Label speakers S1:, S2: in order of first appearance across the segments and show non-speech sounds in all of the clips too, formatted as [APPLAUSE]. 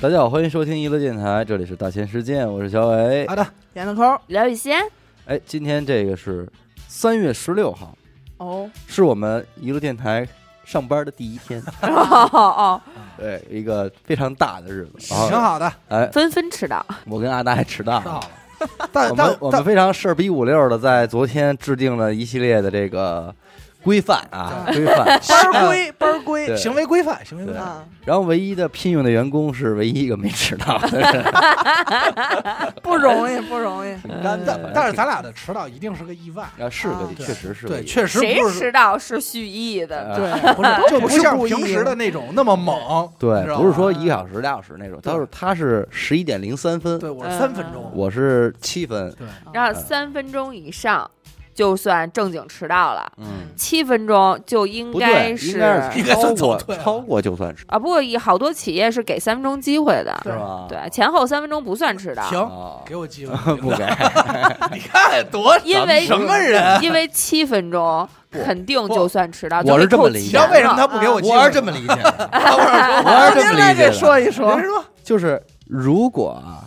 S1: 大家好，欢迎收听娱乐电台，这里是大千世界，我是小伟。
S2: 好的，哎点个扣。
S3: 刘雨欣，
S1: 哎，今天这个是三月十六号，
S3: 哦
S1: 是我们娱乐电台上班的第一
S2: [LAUGHS]
S1: 天，
S3: 哦哦，
S1: 对，一个非常大的日子。然后
S2: 挺。好的，
S1: 哎，
S3: 纷纷迟
S1: [LAUGHS]
S3: 到，
S1: 我跟阿达还迟到
S2: 太
S1: 了。
S2: 好了。但
S1: 我
S2: 啊但
S1: 们我们
S2: 但
S1: 非常事儿逼五六的，在昨天制定了一系列的这个规范啊，规范。 [LAUGHS]
S2: 班规班规
S1: 对
S2: 行为规范，行为规
S1: 对
S2: 范。 [LAUGHS]
S3: 嗯，
S1: 然后唯一的聘用的员工是唯一一个没迟到的
S2: [LAUGHS]
S1: 人，
S3: 不容易，不容易。
S2: 但嗯但但是咱俩的迟到一定是个意外，
S1: 啊，是个
S3: 啊
S1: 确实是个
S2: 对，确实
S3: 谁
S2: 不
S3: 迟
S2: 是
S3: 到是蓄意的？
S1: 啊
S2: 对，不
S3: [LAUGHS]
S2: 是就
S3: 不
S2: 不
S3: 是
S2: 像
S3: 故意
S2: 平时的那种那
S1: [LAUGHS]
S2: 么猛，你
S1: 对
S2: 知，道吧
S1: 不是说一个小时、俩小时那种，
S2: 对
S1: 他是他是十一点零三分，
S2: 对我
S3: 嗯
S2: 是三分钟，
S1: 我是七分，
S2: 对
S3: 然后三分钟以上就算正经迟到了，
S1: 嗯，
S3: 七分钟就应
S1: 不对，
S3: 该
S1: 应
S3: 是 [LAUGHS]
S1: 该
S2: 应
S1: 是
S2: 该
S1: 超
S2: 算早
S1: 过
S2: 退了
S1: 超过就算是
S3: 啊。不过以好多企业是给三分钟机会的，
S1: 是吧？
S3: 对，前后三分钟不算迟到，
S2: 停，
S1: 啊，
S2: 给我
S1: [LAUGHS]
S2: 机
S1: 不
S2: 会，
S1: 给，
S2: [LAUGHS] 你看多
S3: 因为
S2: 咱们什么人
S3: [LAUGHS] 因为七
S1: [LAUGHS]
S3: 分钟肯定就算迟到，
S1: 不我是这么理
S2: 你
S1: 解
S2: 知道为什么他不给我
S3: 啊
S2: 机会吗？
S4: 么理解
S2: [LAUGHS]
S4: 的，
S1: 我是这么理解的。
S2: 一说，您说
S1: 就是如果啊，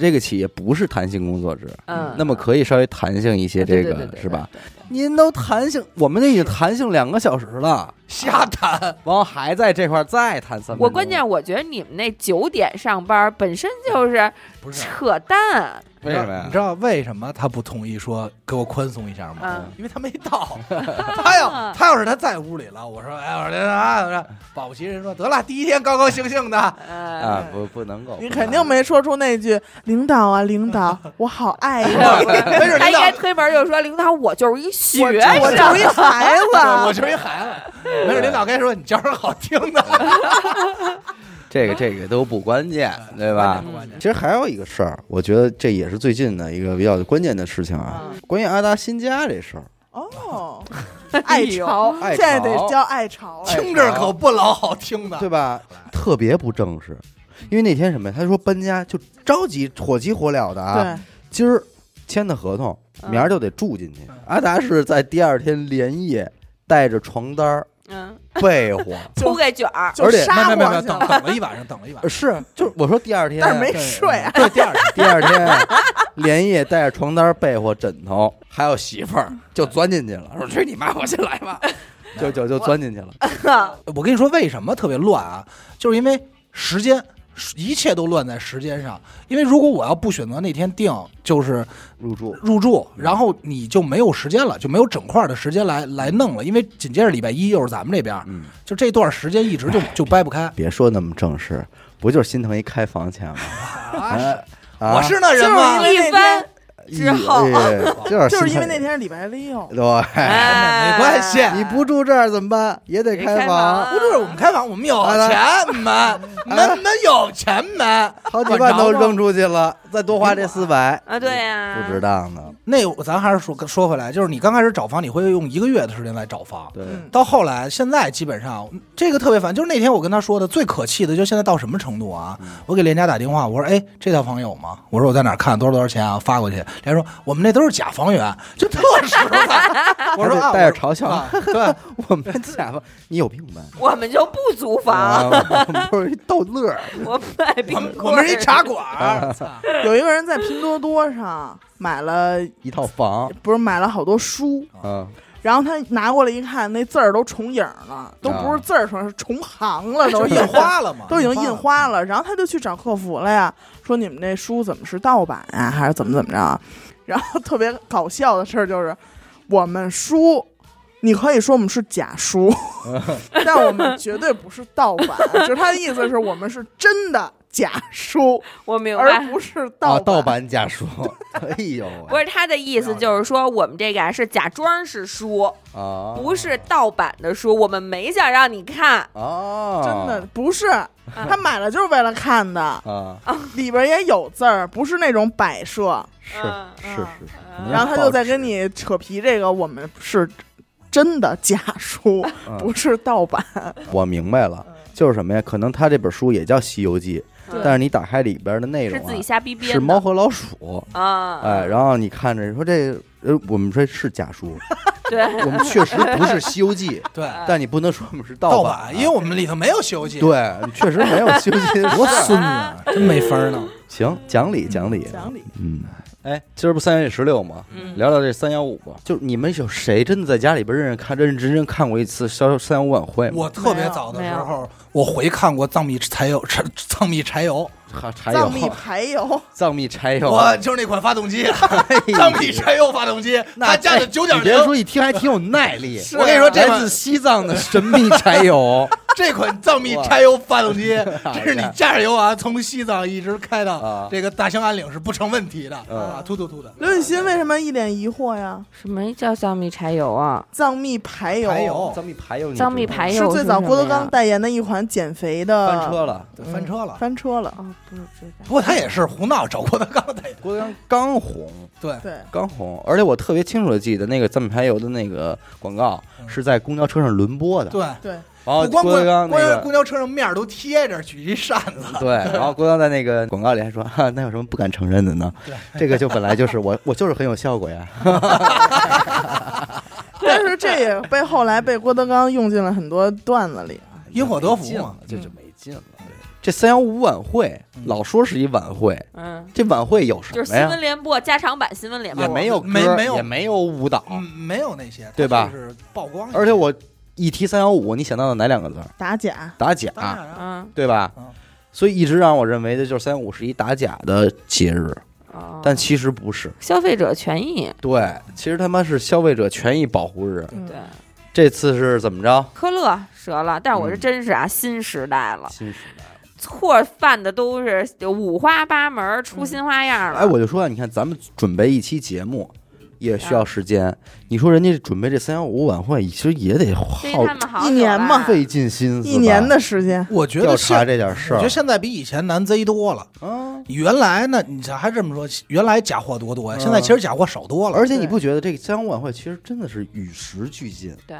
S1: 这个企业不是弹性工作制，
S3: 嗯，
S1: 那么可以稍微弹性一些，这
S3: 对对对
S1: 个
S3: 对
S1: 是吧？
S3: 对对对
S1: 您都弹性，我们那已经弹性两个小时了，
S2: 瞎谈，
S1: 然后还在这块儿再弹三分钟，
S3: 我关键我觉得你们那九点上班本身就是
S2: 不是
S3: 扯淡，
S1: 为什么呀
S2: 你知？道为什么他不同意说给我宽松一下吗？
S3: 嗯，
S2: 因为他没到，他要他要是他在屋里了，我说哎，我说啊，我说保不齐人说得了，第一天高高兴兴的，，
S3: 呃，
S1: 啊，不不能够，
S5: 你肯定没说出那句“领导啊，领导，我好爱你
S2: 没准领
S3: 他应
S2: 导
S3: 该推门就说：“领导，我就是一学
S5: 我
S3: 生，
S5: 就是一孩
S2: 哎 [LAUGHS] 我
S5: 子
S2: 就是一孩子，没准领导该说你叫声好听的，
S1: 这个这个都不关键， [LAUGHS] 对吧？
S2: 不关键
S1: 其实还有一个事儿，我觉得这也是最近的一个比较关键的事情啊，关于阿达新家这事儿，”。
S5: 哦，
S3: 哎
S5: 爱
S3: 呦
S5: 潮，
S1: 爱
S5: 现在得
S1: 潮
S5: 叫爱潮了。
S2: [LAUGHS] 听着可不老好听的
S1: 对，吧？特别不正式，因为那天什么呀，他说搬家就着急火急火燎的啊，
S5: 对，
S1: 今儿签的合同，
S3: 嗯
S1: 明儿就得住进去
S2: 嗯。
S1: 阿达是在第二天连夜带着床单儿、
S3: 嗯，
S1: 被窝，
S3: 出给卷儿，
S5: 就
S1: 而且
S5: 杀
S2: 没没没
S5: 过
S2: 没
S5: 去
S2: 等
S5: 了，
S2: 等了一晚上，等了一晚上，
S1: 是就是我说第二天，
S5: 但是没睡啊。
S2: 对，第二天
S1: 第二天连夜带着床单、被窝、枕头，还有媳妇儿，就钻进去了。说去你妈，我先来吧，就就就钻进去了。
S2: 我跟你说为什么特别乱啊？就是因为时间，一切都乱在时间上。因为如果我要不选择那天定，就是
S1: 入住
S2: 入住，然后你就没有时间了，就没有整块的时间来来弄了。因为紧接着礼拜一又是咱们这边，
S1: 嗯
S2: 就这段时间一
S1: [LAUGHS]
S2: 直就就掰不开。
S1: 别说那么正式，不就是心疼一开房钱吗？哎啊
S2: 我是那人吗？
S5: 就是因为
S3: 一翻，之后
S1: 哎就是
S5: 就是因为
S1: 心疼
S5: 那天是礼拜六，
S1: 对，
S3: 哎，
S2: 没关系
S1: 你不住这儿怎么办？也得
S3: 开
S1: 房，
S2: 不是我们开房，我们
S1: [LAUGHS]
S2: 有
S1: 啊
S2: 钱没？你们你们有钱没？
S1: 好几万都扔出去了，再多花这四百，
S3: 啊？对呀，
S1: 不值当的。
S2: 那我咱还是说说回来，就是你刚开始找房，你会用一个月的时间来找房，
S1: 对
S5: 嗯
S2: 到后来，现在基本上这个特别烦。就是那天我跟他说的最可气的，就现在到什么程度啊？我给连家打电话，我说：“哎，这套房有吗？”我说：“我在哪儿看，多少多少钱啊？”发过去，连家说：“我们那都是假房源，就特实在。” [LAUGHS]
S1: [LAUGHS]
S2: 我说：“啊，
S1: 带
S2: 我
S1: 着
S2: 说
S1: 嘲笑
S2: 啊，对，
S1: 我们家吧，你有病吧？
S3: 我们就不租
S1: 啊
S3: 房，，
S1: 我们不是一逗乐儿，
S3: 我们卖
S2: 我
S3: 冰
S2: 们
S3: 棍儿
S2: 我们是一茶馆啊 [LAUGHS] 儿，
S5: 有一个人在拼多多上买了，
S1: 一套房，
S5: 不是买了好多书，
S1: 嗯，
S5: 然后他拿过来一看，那字儿都重影了，都不是字儿重影，是重行了，
S2: 都
S5: 都
S2: 是印花了
S1: 啊
S2: 嘛，
S5: 都已经印花了，然后他就去找客服了呀，说你们这书怎么是盗版啊，还是怎么怎么着啊？然后特别搞笑的事儿就是，我们书，你可以说我们是假
S1: [LAUGHS]
S5: 书，但我们绝对不是盗版，就是他的意思是我们是真的假书，
S3: 我明
S5: 而
S3: 白。
S5: 不是
S1: 啊，
S5: 盗
S1: 盗版假书， [LAUGHS] 哎呦
S3: 不
S1: 喂
S3: 是他的意思，就是说我们这个啊是假装是书，
S1: 啊，
S3: 不是盗版的书，我们没想让你看。
S1: 啊，
S5: 真的不是，
S3: 嗯
S5: 他买了就是为了看的，
S1: 啊，
S5: 里边也有字儿，不是那种摆设。
S1: 是
S3: 嗯
S1: 是是，
S3: 嗯
S5: 然后他就在跟
S1: 你
S5: 你扯皮，这个我们是真的假
S3: [LAUGHS]
S5: 书，
S1: 嗯
S5: 不是盗版。
S1: 我明白了，就是什么呀？可能他这本书也叫《西游记》，
S3: 对
S1: 但是你打开里边的内
S3: 是
S1: 容啊
S3: 自己，瞎逼编的，
S1: 是猫和老鼠，
S3: 啊，
S1: 哎，然后你看着你说这呃，我们说是假书，
S3: 对，
S1: 我们确实不是《西游记》，
S2: 对，
S1: 但你不能说我们是
S2: 盗
S1: 版啊，
S2: 因为我们里头没有《西游记》，，
S1: 对，确实 [LAUGHS] 没有《西游记》
S2: 多孙子，啊，真没法儿弄。
S1: 行，讲理讲理，
S5: 讲理，
S1: 嗯，哎，今儿不三月十六吗？聊聊这三幺五吧。就是你们有谁真的在家里边认认看、认认真真看过一次三三幺五晚会吗？
S2: 我特别早的时候，我回看过《藏秘柴油》柴《藏秘柴油
S1: 还还有
S5: 藏秘排油，
S1: 藏秘柴》，油，啊
S2: 我就是那款发
S1: [LAUGHS]
S2: 动机，
S1: 哎
S2: 藏秘柴油发动机，他家的九点
S1: 你别
S2: 零，
S1: 说一听还挺有耐 [LAUGHS] 力。
S2: 我跟你说这
S1: 啊来自
S2: 款
S1: 西藏的神秘柴 [LAUGHS] 油哦
S2: 这款藏秘柴油发动机， [LAUGHS] 这是你
S1: 好家伙
S2: 加着油啊，从西藏一直开
S1: 啊
S2: 到这个大兴安岭是不成问题的
S1: 啊
S2: 啊，突突突的。
S5: 刘雨欣为什么一脸疑惑呀？
S3: 什么叫藏秘柴油啊？
S5: 藏秘排油
S2: 排油
S1: 藏秘柴油，你知道
S3: 藏
S1: 吗
S3: 秘柴油
S5: 是最早
S3: 什么
S5: 郭德
S3: 呀
S5: 纲代言的一款减肥的
S1: 翻车了。
S2: 对
S5: 嗯
S2: 翻车了，
S5: 翻车了。
S3: 哦，不知道
S2: 不过他也是胡闹，找郭德纲代言。
S1: 郭德纲刚红，
S2: 对，
S5: 对，
S1: 刚红，而且我特别清楚的记得那个藏秘柴油的那个广告
S2: 嗯
S1: 是在公交车上轮播的。
S2: 对，
S1: [LAUGHS]
S5: 对，
S1: 然后
S2: 不光
S1: 哦郭德纲
S2: 公
S1: 那
S2: 光
S1: 个
S2: 公交车上面儿都贴着，举一扇子。
S1: [LAUGHS] 对，然后郭德纲在那个广告里还说：“哈，那有什么不敢承认的呢？这个就本来就是我，我就是很有效果呀。
S5: 但是这也被后来被郭德纲用进了很多段子里。
S2: [LAUGHS] 因祸得福嘛，
S1: 这就没劲了。这三幺五晚会
S2: 嗯
S1: 老说是一晚会，
S3: 嗯，
S1: 这晚会有什
S3: 就是
S1: 么
S3: 新闻
S1: 呀？
S3: 联播加长版新闻联播，
S1: 啊也没有歌，
S2: 没没有
S1: 也没有舞蹈，
S2: 嗯，没有那些，
S1: 哦对吧
S2: 就是曝光一下，
S1: 而且我一提三幺五，你想到的哪两个字儿？
S5: 打假，
S1: 打假，
S2: 当然啊，
S3: 嗯，
S1: 对吧
S2: 嗯？
S1: 所以一直让我认为的就是三幺五是一打假的节日，
S3: 哦
S1: 但其实不是。
S3: 消费者权益，
S1: 对，其实他妈是消费者权益保护日。
S5: 嗯
S3: 对，
S1: 这次是怎么着？
S3: 科乐折了，但是我这
S1: 嗯
S3: 真是啊，新时代了，
S1: 新时代。
S3: 错犯的都是五花八门儿，出新花样了。啊
S1: 哎，我就说啊，你看咱们准备一期节目，也需要时间。你说人家准备这三幺五晚会，其实也得
S3: 对于
S1: 耗
S3: 他们好久
S5: 一年嘛
S3: 了
S1: 费尽心思吧，
S5: 一年的时间，
S2: 我觉
S1: 调
S2: 得
S1: 查
S2: 现。
S1: 这点事
S2: 我
S1: 儿嗯
S2: 觉得。嗯现在比以前难贼多了。
S1: 啊，
S2: 原来呢，你这还这么说，原来假货多多呀，
S1: 嗯
S2: 现在其实假货少多了。？
S1: 而且你不觉得这个三幺五晚会其实真的是与时俱进？
S3: 对，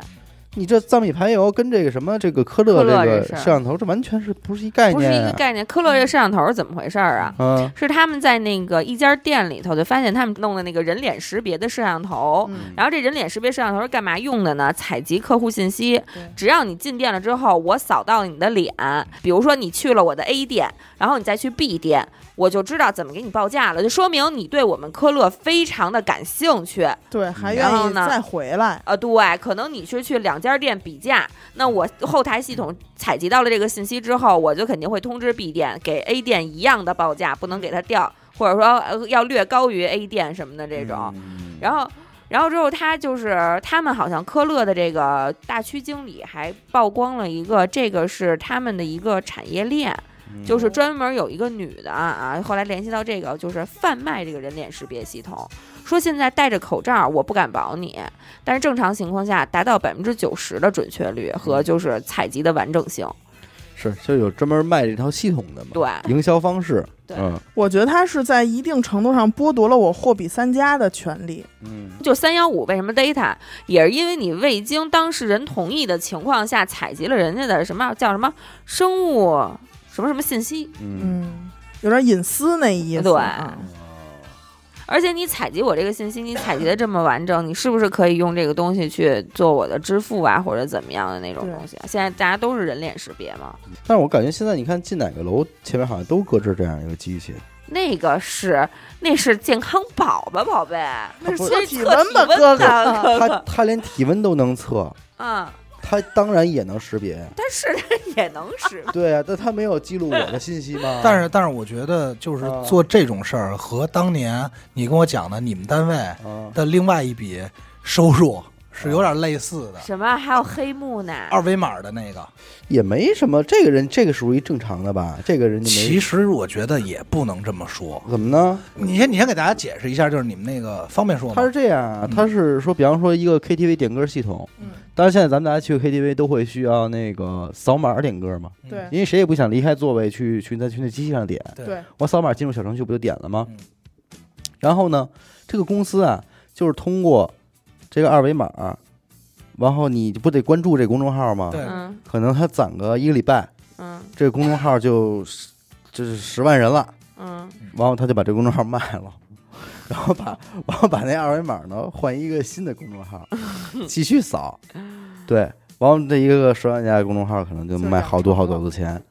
S1: 你这藏米排油跟这个什么这个科
S3: 科
S1: 勒这
S3: 勒这
S1: 个
S3: 事儿
S1: 摄像头，这完全是不是一概
S3: 不是一
S1: 念
S3: 个
S1: 啊？
S3: 概念。科乐这摄像头是怎么回事儿啊？
S1: 嗯，
S3: 是他们在那个一家店里头就发现他们弄的那个人脸识别的摄像头，
S5: 嗯
S3: 然后这人脸识别摄像头是干嘛用的呢？采集客户信息。只要你进店了之后，我扫到你的脸，比如说你去了我的 A 店，然后你再去 B 店，我就知道怎么给你报价了，就说明你对我们科乐非常的感兴趣。
S5: 对，还
S3: 然后
S5: 愿意
S3: 呢
S5: 再回来。
S3: 呃，对，可能你是去两家店比价，那我后台系统采集到了这个信息之后，我就肯定会通知 B 店给 A 店一样的报价，不能给它掉，或者说、呃、要略高于 A 店什么的这种。
S1: 嗯
S3: 然后，然后之后他就是他们好像科乐的这个大区经理还曝光了一个，这个是他们的一个产业链，就是专门有一个女的啊，后来联系到这个，就是贩卖这个人脸识别系统，说现在戴着口罩我不敢保你，但是正常情况下达到百分之九十的准确率和就是采集的完整性。
S1: 是就有专门卖这套系统的嘛？
S3: 对，
S1: 营销方式，
S3: 对
S1: 嗯
S5: 我觉得他是在一定程度上剥夺了我货比三家的权利。
S1: 嗯，
S3: 就三幺五为什么 data，也是因为你未经当事人同意的情况下采集了人家的什么叫什么生物什么什么信息，
S1: 嗯，
S5: 嗯，有点隐私那意思。
S3: 对
S5: 啊
S3: 而且你采集我这个信息，你采集的这么完整，你是不是可以用这个东西去做我的支付啊，或者怎么样的那种
S5: 对
S3: 东西啊？现在大家都是人脸识别嘛，
S1: 但是我感觉现在你看进哪个楼前面好像都搁置这样一个机器，
S3: 那个是那是健康宝吧，宝贝，
S5: 那是
S1: 不
S5: 测
S3: 是
S5: 体
S3: 测
S5: 温吧，
S3: 体温
S5: 哥
S3: 的
S5: 哥。
S1: 他他连体温都能测，
S3: 嗯，
S1: 他当然也能识别。
S3: 但是 [LAUGHS] 也能识别。
S1: 对啊，但他没有记录我的信息吗
S2: 但是，但是我觉得就是
S1: 啊
S2: 做这种事儿和当年你跟我讲的你们单位
S1: 啊，
S2: 的另外一笔收入
S1: 嗯
S2: 是有点类似的，
S3: 什么还有黑幕呢？
S2: 二维码的那个。
S1: 也没什么，这个人这个属于正常的吧？这个人就
S2: 其
S1: 没
S2: 实我觉得也不能这么说。
S1: 怎么呢？
S2: 你先，你先给大家解释一下，就是你们那个方便说
S1: 他
S2: 吗
S1: 是？这样啊，
S2: 嗯
S1: 他是说，比方说一个 KTV 点歌系统，
S5: 嗯，
S1: 当然现在咱们大家去 KTV 都会需要那个扫码点歌嘛，
S5: 对
S1: 因为谁也不想离开座位去去那去那机器上点，
S5: 对，
S1: 我扫码进入小程序不就点了吗
S2: 嗯？
S1: 然后呢，这个公司啊，就是通过这个二维码，然后你不得关注这公众号吗？
S2: 对
S3: 嗯
S1: 可能他攒个一个礼拜，
S3: 嗯
S1: 这个公众号就就是十万人了。
S3: 嗯，
S1: 然后他就把这公众号卖了， [LAUGHS] 然后把然后把那二维码呢换一个新的公众号，继续扫，对，完我们这一个个十万加的公众号可能就
S5: 就
S1: 卖
S5: 养
S1: 好多
S5: 成
S1: 好多
S5: 了
S1: 的钱，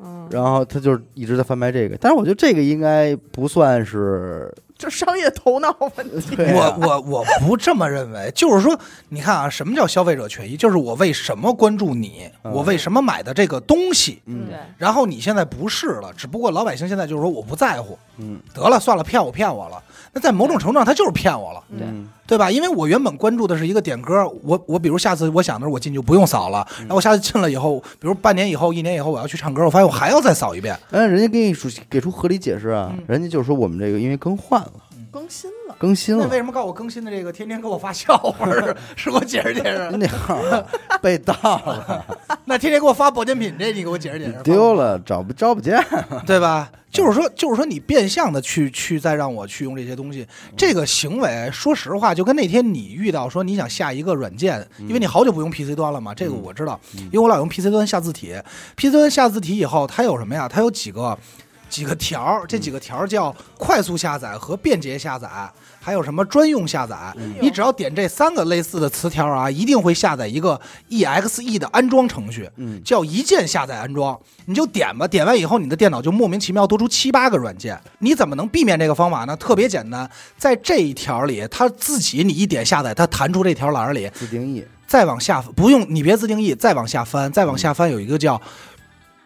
S3: 嗯，
S1: 然后他就是一直在贩卖这个，但是我觉得这个应该不算是，
S5: 这商业头脑问
S3: [LAUGHS]
S5: 题。
S1: 对啊
S2: 我我我不这么认为，就是说，你看啊，什么叫消费者权益？就是我为什么关注你，
S1: 嗯
S2: 我为什么买的这个东西，
S1: 嗯
S3: 对，
S2: 然后你现在不是了，只不过老百姓现在就是说我不在乎，
S1: 嗯
S2: 得了，算了，骗我骗我了。那在某种程度上，他就是骗我了，
S3: 对
S1: 嗯
S2: 对吧？因为我原本关注的是一个点歌，我我比如下次我想的是我进就不用扫了，
S1: 嗯
S2: 然后我下次进了以后，比如半年以后、一年以后我要去唱歌，我发现我还要再扫一遍，
S1: 但是人家给你出给出合理解释啊，
S2: 嗯
S1: 人家就说我们这个因为更换了，
S5: 更新了，
S1: 更新
S2: 那
S1: 了
S2: 为，什么告诉我更新的这个天天给我发笑
S1: [LAUGHS]
S2: 话儿？是给我解释解释。
S1: 那号啊被盗了，
S2: [LAUGHS] 那天天给我发保健品这，你给我解释解释。
S1: 丢了，找不找不见，
S2: 对吧？就是说，就是说，你变相的去去再让我去用这些东西，这个行为，说实话，就跟那天你遇到说你想下一个软件，因为你好久不用 PC 端了嘛，这个我知道，因为我老用 PC 端下字体，PC 端下字体以后，它有什么呀？它有几个几个条儿，这几个条儿叫快速下载和便捷下载，还有什么专用下载。你只要点这三个类似的词条啊，一定会下载一个 exe 的安装程序。
S1: 嗯，
S2: 叫一键下载安装，你就点吧，点完以后你的电脑就莫名其妙多出七八个软件，你怎么能避免这个方法呢？特别简单，在这一条里，它自己你一点下载，它弹出这条栏儿里，
S1: 自定义，
S2: 再往下不用你别自定义，再往下翻，再往下翻有一个叫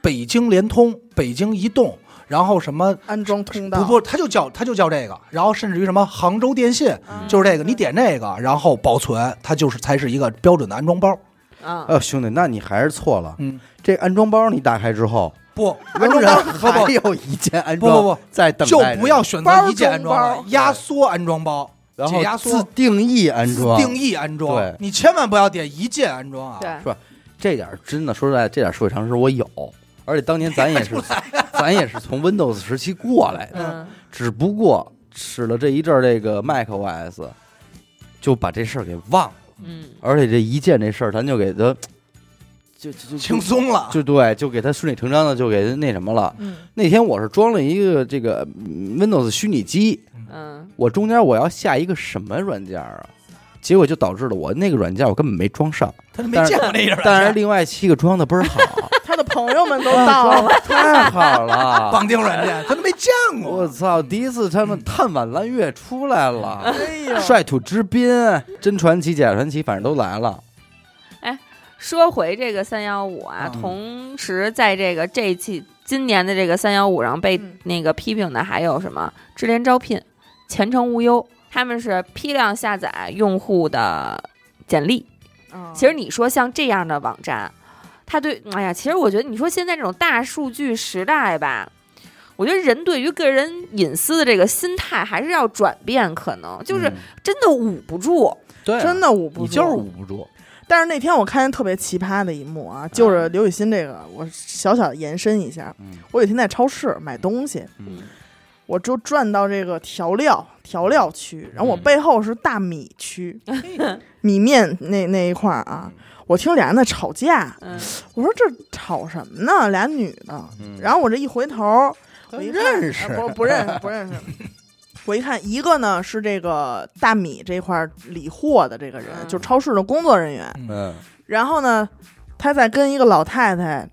S2: 北京联通、北京移动，然后什么
S5: 安装通道
S2: 不。不，它就叫它就叫这个，然后甚至于什么杭州电信。
S5: 嗯
S2: 就是这个，你点这个，然后保存，它就是才是一个标准的安装包。
S3: 嗯，
S1: 呃，兄弟，那你还是错了，
S2: 嗯，
S1: 这安装包你打开之后，
S2: 不，安
S1: 仍
S2: 装
S1: 然
S2: 包不不
S1: 还有一键安
S2: 不
S1: 装，
S2: 不不，
S1: 在等
S2: 就
S1: 待着
S2: 不要选择一键安装
S5: 包
S2: 了，压缩安装包，
S1: 然
S2: 解
S1: 后
S2: 压
S1: 自
S2: 缩、
S1: 定义安装，
S2: 自定义安装
S1: 对，
S2: 你千万不要点一键安装啊！
S3: 对，
S1: 这点儿真的说实在，这点儿社会常识我有，而且当年咱也是，咱也是从 Windows 时期过来的，
S3: 嗯，
S1: 只不过使了这一阵儿这个 macOS，就把这事儿给忘了，
S3: 嗯，
S1: 而且这一键这事儿，咱就给它，就就就
S2: 轻，松了，
S1: 就对，就给它顺理成章的就给它那什么了。
S5: 嗯，
S1: 那天我是装了一个这个嗯 Windows 虚拟机，
S3: 嗯，
S1: 我中间我要下一个什么软件儿啊？结果就导致了我那个软件我根本没装
S5: [LAUGHS]
S1: 上，
S2: 他没见过那人，
S1: 但是另外七个装的倍儿好，
S5: 他的朋友 [LAUGHS] 们都到了，
S1: [LAUGHS] 太好
S5: [LAUGHS]
S1: 了，
S2: 绑定软件，他都没见
S1: 我
S2: 过。
S1: 操！第一次他们探晚蓝月出来了，
S5: [LAUGHS] 哎呦，
S1: 率土之滨、真传奇、假传奇，反正都来了。
S3: 说回这个三幺五啊，
S1: 嗯
S3: 同时在这个这一期今年的这个三幺五上被
S5: 嗯
S3: 那个批评的还有什么智联招聘、前程无忧，他们是批量下载用户的简历。
S5: 啊
S3: 其实你说像这样的网站，它对，哎呀，其实我觉得你说现在这种大数据时代吧，我觉得人对于个人隐私的这个心态还是要转变，可能就是
S1: 嗯
S3: 真的捂不住。
S1: 对啊
S5: 真的捂不住，
S1: 你就是捂不住，
S5: 但是那天我看见特别奇葩的一幕啊，就是刘雨欣这个，我小小延伸一下。
S1: 嗯
S5: 我有一天在超市买东西，
S1: 嗯
S5: 我就转到这个调料调料区，然后我
S1: 嗯
S5: 背后是大米
S3: [LAUGHS]
S5: 区，米面那那一块儿啊，我听俩人在吵架，
S3: 嗯
S5: 我说这吵什么呢？俩女的，
S1: 嗯
S5: 然后我这一回头，我一看
S2: 认识
S5: 啊不不认识
S2: [LAUGHS]
S5: 不认识。我一看，一个呢是这个大米这块儿理货的这个人，
S3: 嗯
S5: 就超市的工作人员。
S1: 嗯，
S5: 然后呢，他在跟一个老太太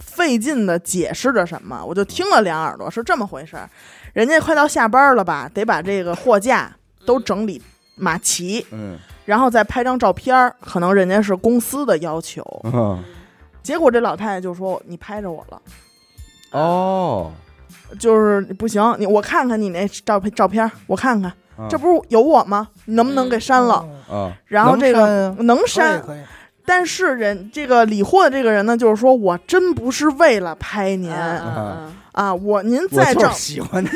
S5: 费劲的解释着什么，我就听了两耳朵，是这么回事儿。人家快到下班了吧，得把这个货架都
S2: 嗯
S5: 整理码齐，
S1: 嗯
S5: 然后再拍张照片儿，可能人家是公司的要求。
S1: 嗯
S5: 结果这老太太就说：“你拍着我了，
S1: 哦，
S5: 就是不行，你我看看你那照片照片儿，我看看，
S1: 嗯
S5: 这不是有我吗？你能不能给删
S2: 嗯
S5: 了？”
S1: 啊，
S5: 然后这个
S1: 个
S5: 能
S2: 可以
S5: 删，
S2: 可以，
S5: 但是人这个理货的这个人呢，就是说我真不是为了拍您、
S3: 嗯嗯
S5: 啊，我您
S1: 我
S5: 再
S1: 就
S5: 照
S1: 是喜欢你，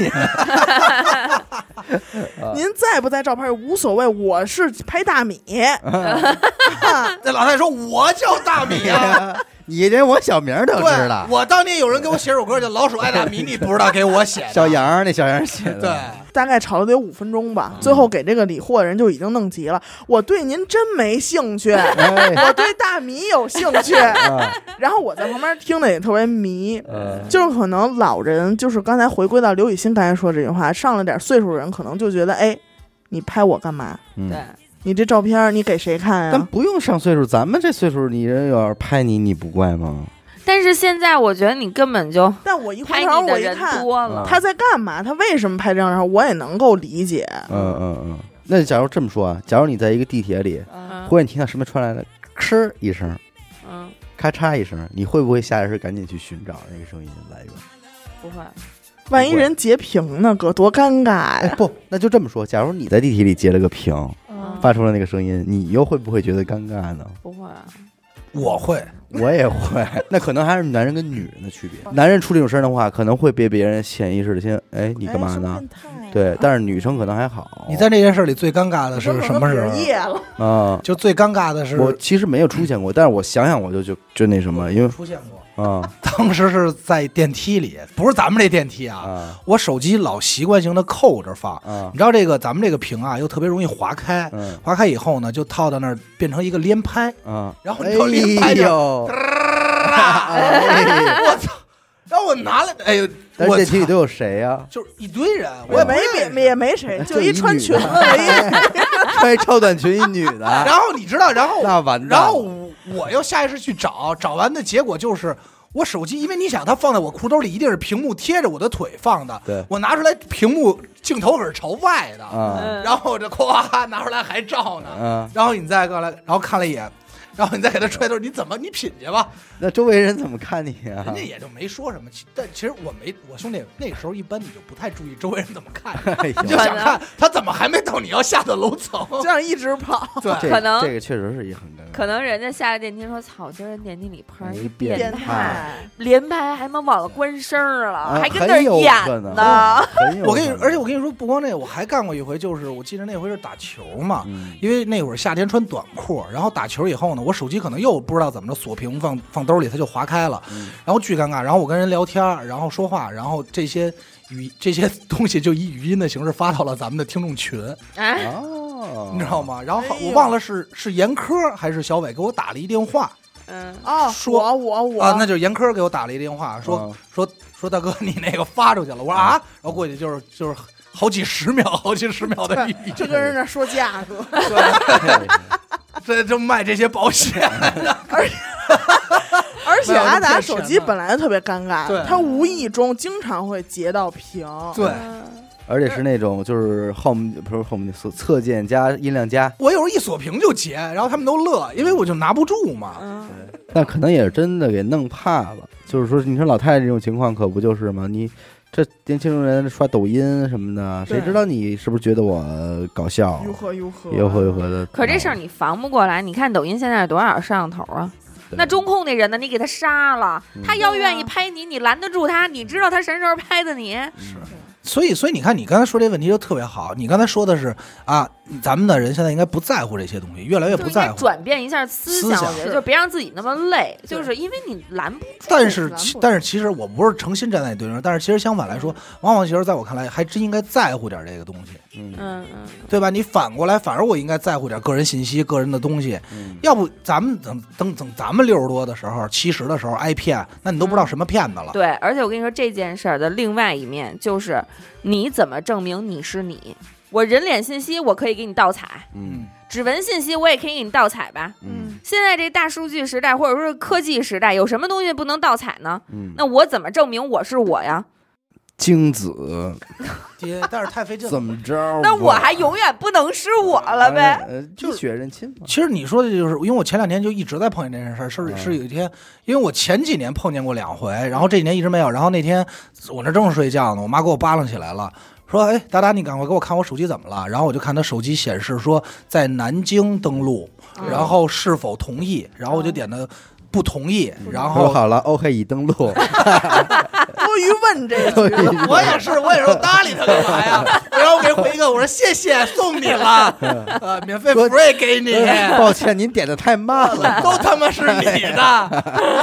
S5: 您在不在照片无所谓，我是拍大米，
S2: [LAUGHS]
S1: [LAUGHS]
S2: 那老太太说我叫大米啊，
S1: 你连我小名儿都知
S2: 对，
S1: 道。
S2: 我当年有人给我写首歌叫《老鼠爱大米》，你不知道给我写的
S1: [LAUGHS] 小杨儿那小杨儿写的，
S2: 对，
S5: 大概吵了得有五分钟吧，最后给这个理货人就已经弄急了。我对您真没兴趣，
S1: 哎，
S5: [LAUGHS] 我对大米有兴趣。
S1: [LAUGHS] 啊
S5: 然后我在旁边听的也特别迷，
S1: 呃，
S5: 就是可能老人，就是刚才回归到刘雨欣刚才说这句话，上了点岁数人可能就觉得，哎，你拍我干嘛？
S1: 嗯
S3: 对，
S5: 你这照片儿你给谁看啊
S1: 但
S5: 呀？
S1: 不用上岁数，咱们这岁数，你人要是拍你，你不怪吗？
S3: 但是现在我觉得你根本就
S5: 但我
S3: [LAUGHS]
S5: 一
S3: 拍
S5: 回头，
S3: 你
S5: 我
S3: 的
S5: 一
S3: 人
S5: 看
S3: 多了，
S5: 他在干嘛，他为什么拍这张照，我也能够理解。
S1: 嗯嗯嗯。那假如这么说啊，假如你在一个地铁里，
S3: 嗯
S1: 忽然你听到身边传来了“哧”一声，
S3: 嗯，
S1: 咔嚓一声，你会不会下意识赶紧去寻找那个声音的来源？
S3: 不会，
S5: 万一人截屏呢，哥多尴尬
S1: 哎
S5: 呀！，
S1: 不，那就这么说，假如你在地铁里截了个屏，
S3: 嗯
S1: 发出了那个声音，你又会不会觉得尴尬呢？
S3: 不会啊，
S2: [LAUGHS] 我会。
S1: 我也会， [LAUGHS] 那可能还是男人跟女人的区别。男人出这种声儿的话，可能会被别人潜意识的先，哎，你干嘛呢？对，但是女生可能还好。
S2: 你在这件事里最尴尬的是什么时候？
S5: 夜了，
S1: 啊、
S2: 就最尴尬的是
S1: 我其实没有出现过，但是我想想我就就就那什么，因为
S2: 出现过，
S1: 啊
S2: 当时是在电梯里，不是咱们这电梯啊，
S1: 啊
S2: 我手机老习惯性的扣着放，
S1: 啊
S2: 你知道这个咱们这个屏啊，又特别容易划开，
S1: 嗯
S2: 划开以后呢，就套到那儿变成一个连拍，
S1: 啊，
S2: 然后
S1: 哎
S2: 你就连拍就，
S1: 呦，
S2: [LAUGHS] [LAUGHS] 哎我操！然后我拿来，哎呦，
S1: 但是
S2: 我
S1: 电梯里
S2: 操，
S1: 都有谁呀、
S2: 就是一堆人，我
S5: 我
S2: 也
S5: 也
S2: 不认识
S5: 没别也没
S2: 哎
S5: 谁，
S1: 哎就
S5: 就一
S1: 一
S5: 穿
S1: 女
S5: 裙
S1: 的
S5: 子的一，
S1: [LAUGHS] 穿一超短裙一女的，
S2: 然后你知道，然后
S1: 啊那完蛋了
S2: 然后我我又下意识去找，找完的结果就是我手机，因为你想，它放在我裤兜里，一定是屏幕贴着我的腿放的。
S1: 对
S2: 我拿出来，屏幕镜头可是朝外的，
S1: 啊
S2: 然后我这夸拿出来还照呢。
S1: 啊，
S2: 然后你再过来，然后看了一眼，然后你再给他揣兜，你怎么你品去吧？
S1: 那周围人怎么看你啊
S2: [LAUGHS] 人家？也就没说什么。其但其实我没，我兄弟那个时候一般你就不太注意周围人怎么
S1: [LAUGHS]
S2: 看你，
S1: 哎
S2: 你
S1: 呦
S2: 就想看他怎么还没到你要下的楼层。
S5: 这样一直跑。
S2: 对，
S1: 这
S3: 可能
S1: 这个确实是一个很尴尬，
S3: 可能人家下了电梯说：“操，今儿电梯里碰上
S1: 哎
S3: 一
S1: 变
S3: 变
S1: 态
S3: 态，连拍还他妈忘了关声儿了，
S1: 啊
S3: 还跟那儿
S1: 很有可
S3: 演
S1: 能啊
S3: 呢。
S1: 很有
S2: [LAUGHS] 我跟你
S1: 可，能
S2: 而且我跟你说，不光这，我还干过一回，就是我记得那回是打球嘛， [LAUGHS]
S1: 嗯
S2: 因为那会儿夏天穿短裤，然后打球以后呢，我手机可能又不知道怎么着锁屏放放兜里，它就划开了，
S1: 嗯
S2: 然后巨尴尬。然后我跟人聊天，然后说话，然后这些语这些 [LAUGHS] 东西就以语音的形式发到了咱们的听众群，”
S3: 哎，
S1: 哦，
S2: [LAUGHS] 你知道？吗？然后好
S5: 哎呦
S2: 我忘了是是严科还是小伟给我打了一电话
S3: 嗯，
S5: 哦，
S2: 说
S5: 我我我
S2: 啊，那就是严科给我打了一电话，说、
S1: 嗯
S2: 说说大哥你那个发出去了，我说啊，然后过去就是就是好几十秒，好几十秒的语音。
S5: 就跟人那说价格， [LAUGHS]
S2: 这就卖这些保险，
S5: 而且
S2: 没有
S5: 阿达
S2: 骗
S5: 手
S2: 钱
S5: 机
S2: 的
S5: 本来就特别尴
S2: 对
S5: 尬，他无意中经常会截到屏，
S2: 对
S3: 嗯
S1: [LAUGHS] 而且是那种就是后门不是后门侧侧键加音量加，
S2: 我有时候一锁屏就截，然后他们都乐，因为我就拿不住嘛。
S3: 嗯，
S1: 但可能也是真的给弄怕了。就是说，你说老太太这种情况可不就是吗？你这年轻人刷抖音什么的，
S5: 对
S1: 谁知道你是不是觉得我搞笑？
S5: 呦呵呦呵，
S1: 呦呵呦呵的。
S3: 可这事儿你防不过来。你看抖音现在有多少摄像头啊？
S1: 对
S3: 那中控那人呢？你给他杀了，他要
S5: 对
S3: 愿
S5: 啊
S3: 意拍你，你拦得住他？你知道他什么时候拍的你？
S2: 所以，所以你看，你刚才说这问题就特别好。你刚才说的是啊，咱们的人现在应该不在乎这些东西，越来越
S3: 就
S2: 不
S3: 应该
S2: 在乎。
S3: 转变一下思
S2: 思
S3: 想，
S2: 想
S3: 我觉
S5: 是
S3: 得就别让自己那么累，就是因为你拦不住。
S2: 但是
S5: 咱
S2: 其，
S5: 不
S2: 但是其实我不是诚心站在你对面，但是其实相反来说，往往其实在我看来，还真应该在乎点这个东西，
S1: 嗯
S3: 嗯嗯，
S2: 对吧？你反过来，反而我应该在乎点个人信息、个人的东西。
S1: 嗯
S2: 要不咱们等等等咱们六十多的时候、七十的时候挨骗，那你都不知道什么骗子了。
S3: 对。而且我跟你说，这件事儿的另外一面就是，你怎么证明你是你？我人脸信息我可以给你盗采，
S1: 嗯
S3: 指纹信息我也可以给你盗采吧。
S1: 嗯
S3: 现在这大数据时代，或者说是科技时代，有什么东西不能盗采呢？
S1: 嗯，
S3: 那我怎么证明我是我呀？
S1: 精子
S2: [LAUGHS] 爹，但是太费劲了。
S1: 怎么着？
S3: 那我还永远不能是我了呗？
S1: 呃，就是血认亲嘛。
S2: [LAUGHS] 其实你说的就是，因为我前两天就一直在碰见这件事儿，是
S1: 嗯
S2: 是有一天，因为我前几年碰见过两回，然后这几年一直没有。然后那天我那正睡觉呢，我妈给我扒拉起来了，说：“哎，达达，你赶快给我看我手机怎么了？”然后我就看她手机显示说在南京登录，
S3: 嗯
S2: 然后是否同嗯意，然后我就点的不同意，然
S1: 说
S2: 后
S1: [LAUGHS] 好了，OK 已登录。
S5: 多余
S1: [LAUGHS]
S5: 问这个，
S2: [LAUGHS] 我也是，我也是我搭理他干嘛呀？然后我给回一个，我说谢谢，送你了，呃，免费 free
S1: [LAUGHS]
S2: 给你，
S6: 抱歉，您点的太慢
S2: [LAUGHS]
S6: 了，
S2: 都他妈是你的，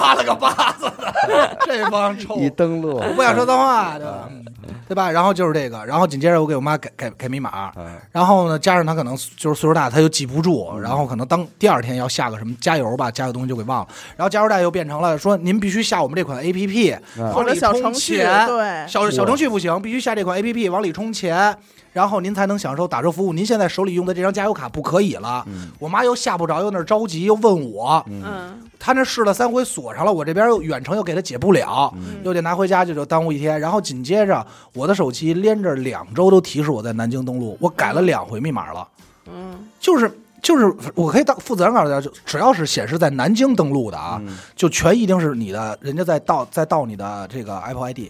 S2: 挖了个巴子的，这帮臭。
S6: 已登录。
S2: 哦我不想说脏话，对吧？嗯对吧？然后就是这个，然后紧接着我给我妈改改改密码，
S6: 嗯
S2: 然后呢，加上她可能就是岁数大，她又记不住，然后可能当第二天要下个什么加油吧，加个东西就给忘了，然后加油站又变成了说您必须下我们这款 A P P，
S6: 嗯
S5: 或者小程序，对，
S2: 小小程序不行，必须下这款 A P P 往里充钱，然后您才能享受打折服务。您现在手里用的这张加油卡不可以了。
S6: 嗯
S2: 我妈又下不着，又那儿着急，又问我，
S6: 嗯
S3: 嗯，
S2: 她那试了三回锁上了，我这边又远程又给她解不了，
S6: 嗯
S2: 又得拿回家去，就耽误一天。然后紧接着我的手机连着两周都提示我在南京登录，我改了两回密码了，
S3: 嗯，
S2: 就是。就是我可以当负责任告诉大家，就只要是显示在南京登录的啊，
S6: 嗯
S2: 就全一定是你的，人家在盗在盗你的这个 Apple ID，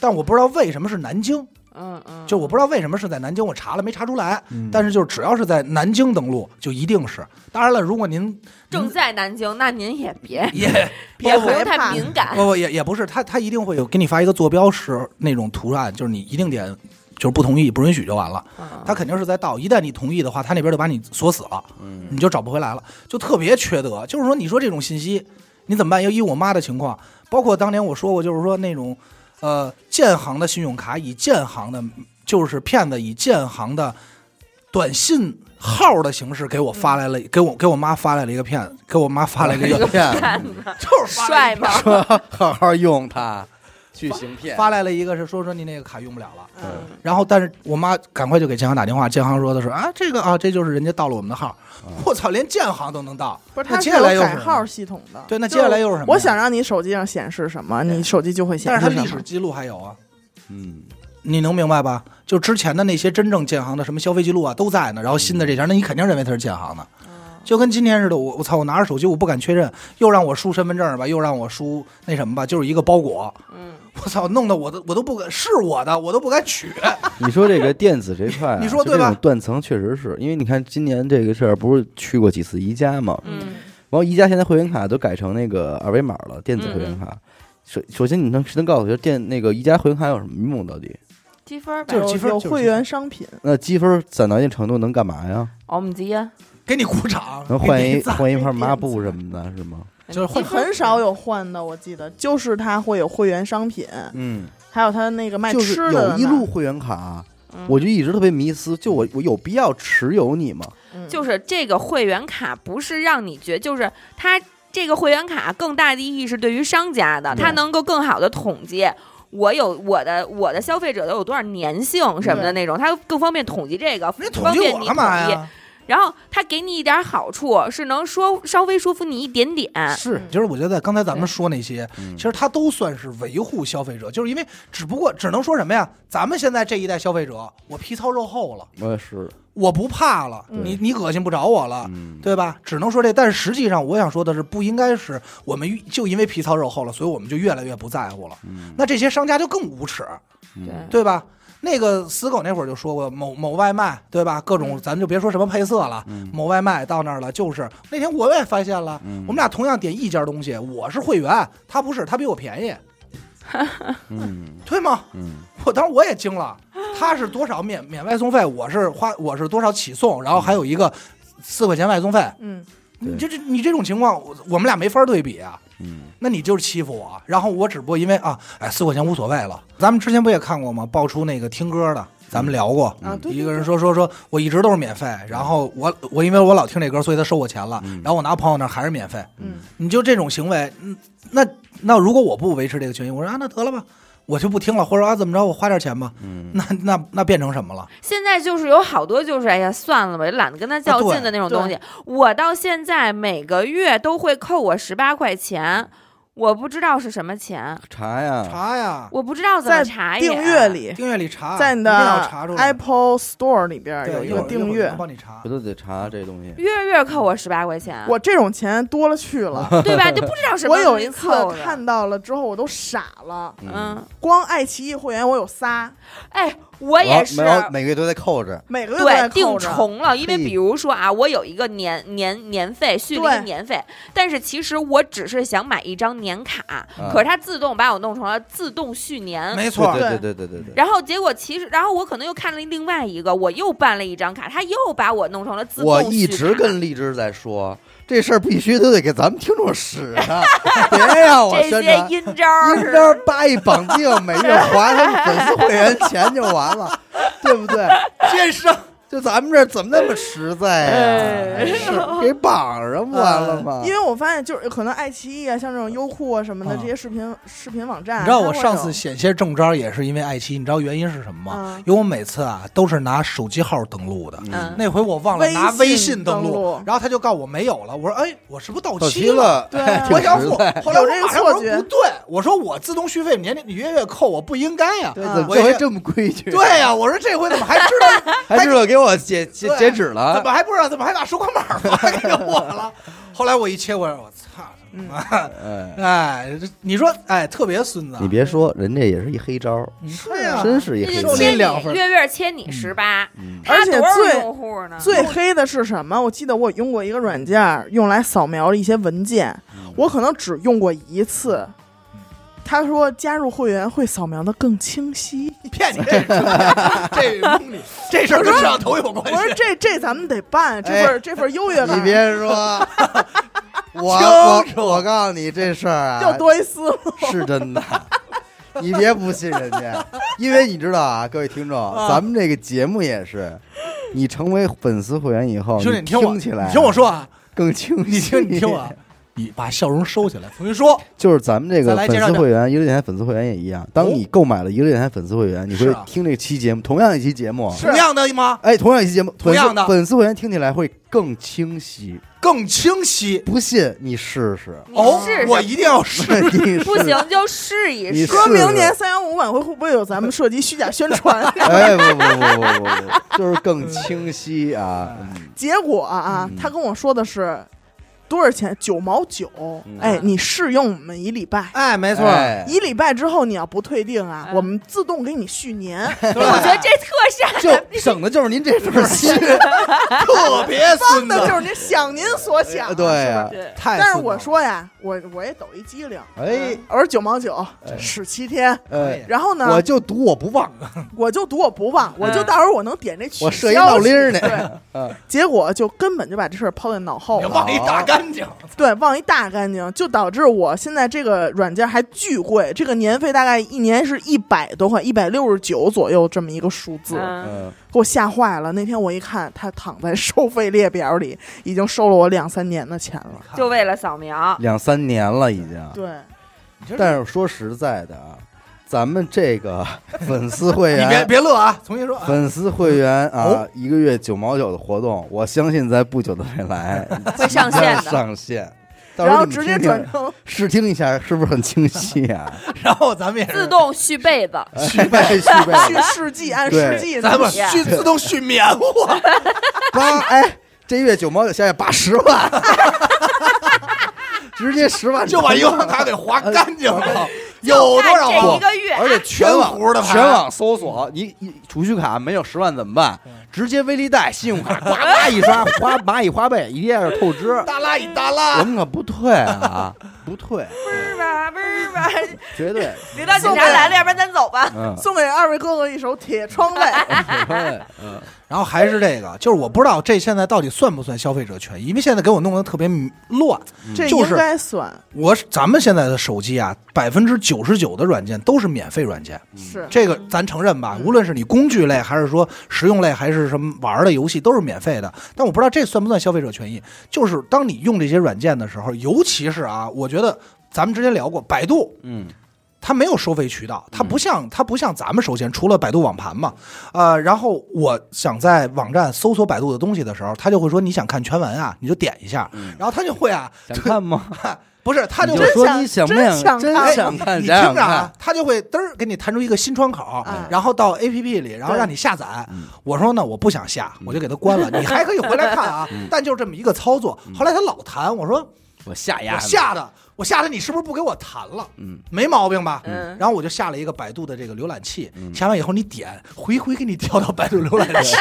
S2: 但我不知道为什么是南京，
S3: 嗯嗯，
S2: 就我不知道为什么是在南京，我查了没查出来，
S6: 嗯
S2: 但是就是只要是在南京登录，就一定是。当然了，如果您
S3: 正在南京，那您也别
S2: 也
S3: 也不
S5: 害
S3: 用太
S5: 怕
S3: 敏感，
S2: 不不也也不是，他他一定会有给你发一个坐标是那种图案，就是你一定得就是不同意不允许就完了，
S3: 嗯
S2: 他肯定是在盗。一旦你同意的话，他那边就把你锁死了。
S6: 嗯
S2: 你就找不回来了，就特别缺德。就是说，你说这种信息，你怎么办？要依我妈的情况，包括当年我说过，就是说那种，呃，建行的信用卡以建行的，就是骗子以建行的短信号的形式给我发来了，给我给我妈发来了一个骗，给我妈发来
S1: 哎
S2: 了一
S6: 一
S2: 个，
S6: 个骗
S2: [LAUGHS]
S6: 子，
S3: 看呢，
S2: 就是发来
S3: [LAUGHS] 帅
S2: 一
S3: 吗？
S6: 说好好用它去行骗。
S2: 发来了一个是说说你那个卡用不了了。
S5: 嗯
S2: 然后，但是我妈赶快就给建行打电话，建行说的是啊，这个啊，这就是人家盗了我们的号
S6: 嗯。
S2: 我操，连建行都能盗，
S5: 不是
S2: 那
S5: 它是
S2: 接下
S5: 有
S2: 来又是
S5: 改号系统的，
S2: 对，那接下来又是什么呀？
S5: 我想让你手机上显示什么，你手机就会显
S2: 但是
S5: 示
S2: 它
S5: 什
S2: 历史
S5: 么。
S2: 记录还有啊，
S6: 嗯，
S2: 你能明白吧？就之前的那些真正建行的什么消费记录啊都在呢，然后新的这条，那你肯定认为它是建行的，
S5: 嗯
S2: 就跟今天似的。我我操，我拿着手机我不敢确认，又让我输身份证儿吧，又让我输那什么吧，就是一个包裹，
S3: 嗯，
S2: 我操，弄得我都我都不敢是我的，我都不敢取。
S6: 你说这个电子这 [LAUGHS] 块啊，
S2: 你说
S6: 就
S2: 对吧
S6: 这种断层确实是因为你看今年这个事儿，不是去过几次宜家嘛？
S3: 嗯，
S6: 然后宜家现在会员卡都改成那个二维码了，电子会员
S2: 嗯
S6: 卡。首首先，你能谁能告诉我，就是电那个宜家会员卡有什么用？到底？
S3: 积分儿呗哦
S2: 就，是积分
S5: 有有
S2: 就是
S5: 会员商品，
S6: 那积分攒到一定程度能干嘛呀？
S3: 我们急呀，
S2: 给你鼓掌，
S6: 能换
S2: 给 [LAUGHS] 你
S6: 一
S2: 赞
S6: 换一块抹布什么的，是吗？
S2: 就是换
S3: 积分儿
S5: 很少有换的，我记得就是它会有会员商品，
S6: 嗯，
S5: 还有它那个卖
S6: 就是
S5: 吃的
S6: 有
S5: 呢。
S6: 一路会员卡，
S3: 嗯
S6: 我就一直特别迷思，就我我有必要持有你吗？
S5: 嗯
S3: 就是这个会员卡不是让你觉，就是它这个会员卡更大的意义是对于商家的，
S6: 对
S3: 它能够更好的统计。我有我的我的消费者都有多少粘性什么的那种，它更方便统计这个，
S2: 人家
S3: 方
S2: 统计
S3: 便
S2: 我
S3: 你
S2: 干嘛
S3: 统计。
S2: 呀？
S3: 然后它给你一点好处，是能说稍微说服你一点点。
S2: 是，
S5: 嗯
S2: 就是我觉得刚才咱们说那些，
S6: 嗯
S2: 其实它都算是维护消费者，就是因为只不过只能说什么呀？咱们现在这一代消费者，我皮糙肉厚了，
S6: 我也是，
S2: 我不怕了，
S6: 嗯
S2: 你你恶心不着我
S1: 啊
S2: 了。
S6: 嗯，
S2: 对吧？只能说这，但是实际上，我想说的是，不应该是我们就因为皮糙肉厚了，所以我们就越来越不在乎了。
S6: 嗯，
S2: 那这些商家就更无耻，
S6: 嗯
S3: 对
S2: 对吧？那个死狗那会儿就说过，某某外卖，对吧？各种
S3: 嗯
S2: 咱们就别说什么配色了，
S6: 嗯
S2: 某外卖到那儿了，就是那天我也发现了，
S6: 嗯
S2: 我们俩同样点一家东西，我是会员，他不是，他比我便宜，
S6: 嗯
S2: 对吗？啊
S6: 嗯
S2: 我当时我也惊了，他是多少免免外送费，我是花我是多少起送，然后还有一个四块钱外送费，
S5: 嗯，
S2: 你
S6: 对
S2: 这这你这种情况，我我们俩没法对比啊。
S1: [LAUGHS]
S6: 嗯
S2: 那你就是欺负我，然后我只不过因为啊，哎，四块钱无所谓了。咱们之前不也看过吗？爆出那个听歌的，咱们聊过。
S5: 啊，对，
S2: 嗯一个
S5: 对
S2: 人
S5: 对
S2: 说说说，我一直都是免费，然后我我因为我老听这歌，所以他收我钱了，
S6: 嗯
S2: 然后我拿朋友那儿还是免费。
S5: 嗯，
S2: 你就这种行为，嗯，那那如果我不维持这个权益，我说啊，那得了吧，我就不听了，或者说啊怎么着，我花点钱吧，
S6: 嗯，
S2: 那那那变成什么了？
S3: 现在就是有好多就是哎呀算了吧，懒得跟他
S2: 啊
S3: 较劲的那种东西。我到现在每个月都会扣我十八块钱，我不知道是什么钱，
S6: 查
S1: 啊
S6: 呀，
S2: 查呀，
S3: 我不知道怎么查也。
S5: 订阅里，
S2: 订阅里查，
S5: 在你
S2: 啊一定
S5: 的
S2: 要查出来
S5: Apple Store 里边
S2: 对
S5: 有一
S2: 会
S5: 个
S2: 儿
S5: 订
S2: 一会儿
S5: 阅
S2: 能。帮你查
S6: 我。都得查这东西。
S3: 月月扣我十八块钱，
S5: 我这种钱多了去了，
S3: [LAUGHS]
S2: [LAUGHS]
S3: 对吧？就不知道什么
S5: 我有
S3: 东西
S5: 一次
S3: 扣的
S5: 看到了之后，我都傻了。
S3: 嗯，
S5: 光爱奇艺会员我有仨，
S3: 哎，我
S7: 然
S3: 也
S7: 后
S3: 是
S7: 然后每个月都在扣着，
S5: 每个月都在
S3: 对
S5: 扣
S3: 定
S5: 着，
S3: 重了，因为
S7: 嘿
S3: 比如说啊，我有一个年年年费续了一
S5: 对
S3: 个年费，但是其实我只是想买一张年卡，
S1: 啊
S3: 可是它自动把我弄成了自动续年。
S2: 没错
S1: 对
S2: 儿，
S1: 对对对对对对，
S3: 然后结果其实，然后我可能又看了另外一个，我又办了一张卡，他又把我弄成了自动
S1: 我
S3: 续卡。
S1: 一直跟荔枝在说，这事儿必须都得给咱们听众使啊，
S3: [LAUGHS]
S1: 别让我
S3: 这
S1: 宣
S3: 些
S1: 传。
S3: 阴招儿
S1: 一
S3: 是
S1: 张八一绑定，每月还他们粉丝会员钱就完了，对不对？先生， [LAUGHS] 就咱们这儿怎么那么实在呀、
S3: 哎
S1: 是给绑上不完了
S2: 嗯
S1: 吗？
S5: 因为我发现就是可能爱奇艺啊，像这种优酷啊什么的
S2: 啊
S5: 这些视频视频网站，
S2: 你知道我
S5: 它会
S2: 上
S5: 有
S2: 次险些中招也是因为爱奇艺，你知道原因是什么吗
S5: 嗯？
S2: 因为我每次啊都是拿手机号登录的，
S3: 嗯，
S2: 那回我忘了拿微
S5: 微
S2: 信
S5: 信
S2: 登
S5: 登录
S2: 录，然后他就告我没有了，我说哎，我是不是到
S1: 到
S2: 期
S1: 期
S2: 了？
S1: 了，
S5: 对
S1: [LAUGHS] 哎
S2: 我
S1: 挺
S2: 想
S1: 实
S2: 我
S1: 在。，
S2: 后来我
S5: 有这个
S2: 马上我说
S5: 错觉
S2: 不对，我说我自动续费，年你月月扣我不应该呀、
S1: 对，
S5: 啊
S1: 怎么
S2: 我
S1: 这
S2: 也
S1: 回这么规矩？啊
S2: 对呀、我说这回怎么还知道？
S1: [LAUGHS] 还知道给我截截
S2: 对
S1: 截止
S2: 怎
S1: 了
S2: 么还不知道？怎么还把收款码发给我了？后来我一切，我说我操！
S5: 嗯
S1: 哎，
S2: 哎，这你说哎，特别孙子啊，
S1: 你别说，人家也是一黑招，
S2: 是
S5: 是
S2: 呀
S5: 啊，
S1: 真是一
S3: 这
S1: 黑
S3: 就
S1: 招
S2: 那。
S3: 切
S2: 另两
S3: 你
S2: 份
S3: 月月切你十八，
S1: 嗯
S3: 他
S5: 而且
S3: 多少
S5: 最
S3: 用户呢？
S5: 最黑的是什么？我记得我用过一个软件儿，用来扫描一些文件，
S2: 嗯
S5: 我可能只用过一次。他说加入会员会扫描的更清晰。
S2: 骗你这 [LAUGHS] 这蒙你这事儿跟摄像头有
S5: 我
S2: 关
S5: 说
S2: 系。
S5: 这这咱们得办，啊这份、
S1: 哎
S5: 这份优越
S1: 你
S5: 感
S1: 别
S2: [LAUGHS]
S1: 说，我我
S2: 清
S1: 我告诉你这事儿啊，
S5: 又多一思路。
S2: [LAUGHS]
S1: 是真的。你别不信人家，因为你知道啊，各位听众，咱们这个节目也是，你成为粉丝会员以后，
S2: 兄弟，你
S1: 你
S2: 听我，
S1: 起来，
S2: 你听我说啊，
S1: 更清晰。
S2: [LAUGHS] 你听你
S1: [LAUGHS]
S2: 听我啊，你把笑容收起来，重新说。
S1: 就是咱们这个
S2: 再来
S1: 粉
S2: 介绍
S1: 丝
S2: 这
S1: 会员，一个电台粉丝会员也一样。当你购买了一个电台粉丝会员，你
S2: 是
S1: 会
S2: 啊
S1: 听这期节目，同样一期节目，
S2: 同样的吗？
S1: 哎，同样一期节目，
S2: 同样的
S1: 粉丝粉丝会员听起来会更清晰。
S2: 更清晰
S1: 不信你试
S2: [LAUGHS]
S1: 试，
S3: 你
S2: 哦
S3: 试试，
S2: 我一定要试。
S1: 你试
S3: 不行就试
S1: 你
S3: 一
S1: 试。
S3: 试
S5: 说明年三幺五晚会会不会有咱们涉及虚假宣
S1: [LAUGHS]
S5: 传？
S1: 哎，不不不不不不，就是更清晰啊！嗯
S5: 结果啊，他跟我说的是多少钱？九毛九
S1: 嗯。
S5: 哎，你试用我们一礼拜。
S2: 哎，没错，
S1: [LAUGHS] 哎
S5: 一礼拜之后你要不退订啊，
S3: 嗯
S5: 我们自动给你续
S1: [LAUGHS]
S5: 年。
S2: 对
S3: 我觉得这特傻
S1: 就 [LAUGHS] 省的就是您这
S5: [LAUGHS]
S1: 份心，
S2: 特别孙
S5: 真
S2: 子 [LAUGHS]
S5: 的，就是你想您所想。
S1: 哎
S5: 啊
S1: 对呀，
S3: 对
S2: 太
S5: 但是
S2: 孙子
S5: 我
S2: 了
S5: 说呀，我我也抖一机灵，
S1: 哎
S5: 我说九毛九
S1: 哎，
S5: 使七天。
S1: 哎，
S5: 然后呢，
S1: 我就赌我不忘，
S2: 啊
S5: 我就赌我不忘，我就到时候我能点这取消。
S1: 我设一闹铃儿呢
S5: 对
S1: 嗯
S5: 结果就根本就把这事儿抛在脑后
S2: 你
S5: 了，
S2: 忘一大干净，
S5: 对，忘一大干净，就导致我现在这个软件还巨贵，这个年费大概一年是一百多块，一百六十九左右这么一个数字，
S3: 嗯，
S1: 嗯，
S5: 给我吓坏了。那天我一看，他躺在收费列表里，已经收了我两三年的钱了。
S3: 就为了扫描，
S1: [LAUGHS] 两三年了已经。
S5: 对，
S1: 但是说实在的啊，咱们这 [LAUGHS] 个粉丝会
S2: 你别
S1: 员。
S2: 别乐啊，重新说啊，
S1: 粉丝会员啊
S2: 哦，
S1: 一个月九毛九的活动，我相信在不久的未
S5: [LAUGHS]
S1: 来
S3: 会上线
S1: [LAUGHS]
S3: 的。
S1: 上线，到时
S5: 然
S1: 候
S5: 后
S1: 你
S5: 直
S1: 们
S5: 接
S1: 听
S5: 转
S1: 听，
S5: 成
S1: 试听一下，是不是很清晰
S5: [LAUGHS]
S1: 啊？
S2: 然后咱们也是
S3: 自动续被子，
S1: 续费 [LAUGHS] 续费，
S5: 去世纪，按
S1: 对
S5: 世纪
S2: 咱们
S5: 弄
S3: 呀
S2: 续自动续棉花，
S1: [LAUGHS] 八哎，这月九毛九下去八十万， [LAUGHS] 直接十万
S2: 就把银行卡给划干净了，有多
S3: 看
S2: 少
S3: 这一
S2: 网？
S3: 个月，
S1: 而且全网
S2: 全胡的牌
S1: 全网搜索，你你储蓄卡没有十万怎么办？直接微粒贷、信用卡，呱呱一刷，花蚂蚁花呗一下就透支，
S2: 耷拉一耷
S1: 我
S2: 拉，
S1: 们可不退啊，不退，
S3: 嗡儿吧嗡儿吧，
S1: 绝对，
S3: 领导警察来了，要不然咱走吧。
S1: 嗯，
S5: 送给二位哥哥一首《铁窗泪》。
S1: 不退，嗯，
S2: 然后还是这个，就是我不知道这现在到底算不算消费者权益，因为现在给我弄得特别乱。
S5: 这
S2: 就
S5: 应
S2: 是
S5: 该算
S2: 我咱们现在的手机啊，百分之九十九的软件都是免费软件，
S5: 是
S2: 这
S1: 嗯
S2: 个咱承认吧。无论是你工具类，还是说实用类，还是什么玩儿的游戏，都是免费的。但我不知道这算不算消费者权益。就是当你用这些软件的时候，尤其是啊，我觉得咱们之前聊过，百度
S1: 嗯，
S2: 它没有收费渠道，它不像它不像咱们首先除了百度网盘嘛，呃，然后我想在网站搜索百度的东西的时候，它就会说你想看全文啊，你就点一下，然后它就会啊，
S1: 嗯想看吗？
S2: [LAUGHS] 不是它
S1: [LAUGHS]
S2: 就
S1: 你
S2: 会
S1: 就说
S5: 想
S1: 你想不
S5: 真想
S1: 真
S5: 看
S1: 想看，
S2: 你
S1: 想想
S2: 听着啊
S1: 看，，
S2: 它就会嘚儿给你弹出一个新窗口
S5: 嗯，
S2: 然后到 A P P 里，然后
S5: 对
S2: 让你下载。我说呢，我不想下，我就给它关了。你还可以回来看啊，但就这么一个操作。后来它老弹，我说
S1: 我下
S2: 我
S1: 压，
S2: 吓得我下来你是不是不给我谈了？
S6: 嗯，
S2: 没毛病吧？
S3: 嗯
S2: 然后我就下了一个百度的这个浏览器，
S6: 嗯
S2: 下完以后你点回回给你跳到百度浏览器。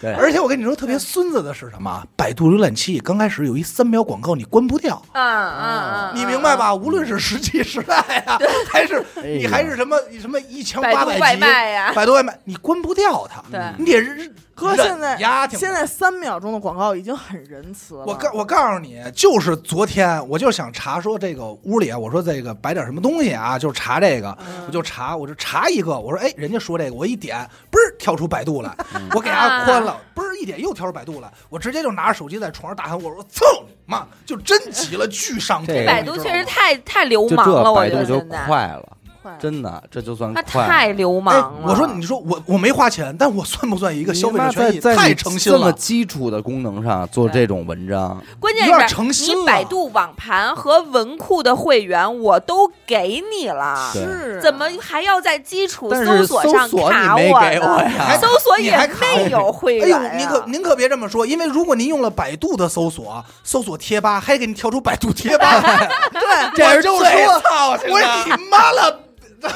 S6: 对
S2: 而且我跟你说特别孙子的是什么？百度浏览器刚开始有一三秒广告你关不掉，
S3: 嗯嗯，嗯
S2: 你明白？吧？无论是石器时代啊， [LAUGHS] 还是
S6: 哎呀
S2: 你还是什么什么一枪
S3: 百
S2: 八
S3: 度
S2: 百
S3: 外
S2: 集，
S3: 卖呀，
S2: 百度外卖你关不掉它，
S3: 对，
S2: 你得忍
S5: 哥，现在
S2: 呀，挺
S5: 现在三秒钟的广告已经很仁慈了。
S2: 我告我告诉你，就是昨天我就想查说这个屋里，啊我说这个摆点什么东西啊，就查这个，
S3: 嗯
S2: 我就查，我就查一个，我说哎，人家说这个，我一点，嘣儿跳出百度
S3: [LAUGHS]
S2: 来，我给它关了，
S3: 嗯
S2: 嘣儿一点又跳出百度来，我直接就拿着手机在床上大喊，我说操你妈，就真急了，巨上头
S6: 这。个
S3: 百度确实太太流
S6: 就
S3: 氓
S6: 这
S3: 了，我
S6: 百
S3: 觉
S6: 度
S3: 得
S6: 就
S3: 现在
S6: 快了，
S5: 快
S6: 真的，这就算
S3: 他
S6: 快了。
S3: 太流
S2: 哎
S3: 氓，了。
S2: 我说你说我我没花钱，但我算不算一
S6: 一
S2: 个消费者权益？
S6: 在在
S2: 太
S6: 你
S2: 诚心
S6: 这么
S2: 了。
S6: 基础的功能上做这种文章，
S3: 关键
S2: 有点
S3: 是
S2: 诚
S3: 你
S2: 心了
S3: 百度网盘和文库的会员我都给你了，
S6: 对
S5: 是啊
S3: 怎么还要在基础
S6: 但是
S3: 索
S6: 搜
S3: 上
S6: 索你
S3: 卡
S6: 没
S3: 我
S6: 给我
S3: 呢？
S6: 呀，
S3: 搜索
S2: 你
S3: 也
S2: 还卡我
S3: 没有会
S2: 哎
S3: 员、啊
S2: 呦
S3: 呀，
S2: 您可您可别这么说，因为如果您用了百度的搜索，搜索贴吧，还给你跳出百度贴吧来，
S6: [LAUGHS]
S5: 对
S6: 这
S2: 我
S6: 是
S2: 就
S6: 最
S2: 说
S6: 操心
S2: 我
S6: 的，
S2: 说你妈了，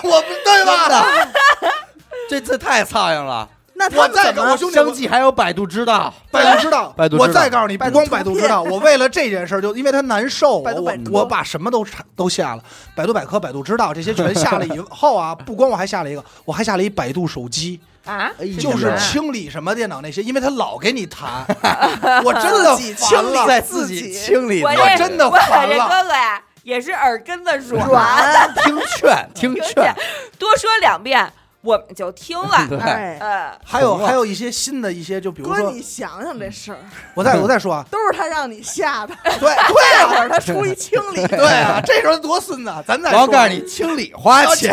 S2: 我不对吧？
S6: [LAUGHS] 这次太操心了。
S5: 那他
S2: 我
S5: 们
S2: 再
S5: 怎
S2: 给
S5: 么
S2: 哎我兄弟，
S6: 生
S2: 我
S6: 气还有百度知道，
S2: 百度知道，
S6: 百度知道
S2: 我再告诉你，不光百度知道，我为了这件事儿，就因为他难受，
S5: 百
S2: 我
S5: 度百科
S2: 我把什么都查都下了，百度百科、百度知道这些全下了以
S6: [LAUGHS]
S2: 后啊，不光我还下了一个，我还下了一百度手机，
S3: 啊
S6: 哎，呀
S2: 就是清理什么电脑那些，因为他老给你弹，我真的
S5: 自己
S2: 烦
S5: 清理
S2: 了。
S6: 在自己清理，
S3: 我
S2: 我
S3: 这
S2: 真的
S3: 我
S2: 烦
S3: 这
S2: 了
S3: 哥哥呀也是耳根子软，
S5: 软？
S6: 听劝，听
S3: 听
S6: 劝
S3: 见，多说两遍我们就听
S2: [LAUGHS]
S3: 了。
S6: 对，
S5: [LAUGHS] 哎，
S3: 呃，
S2: 还有
S6: 疼了
S2: 还有一些新的一些，就比如
S5: 哥，
S2: 说
S5: 你，想想这事儿，
S2: 我再我再说啊，
S5: 都是他让你下的，
S2: 对对
S5: 这会
S2: 啊
S5: 儿他出一清理，
S2: 对啊，这时候多孙子啊，咱再
S6: 我
S2: 说。
S6: 告诉你，清理花钱，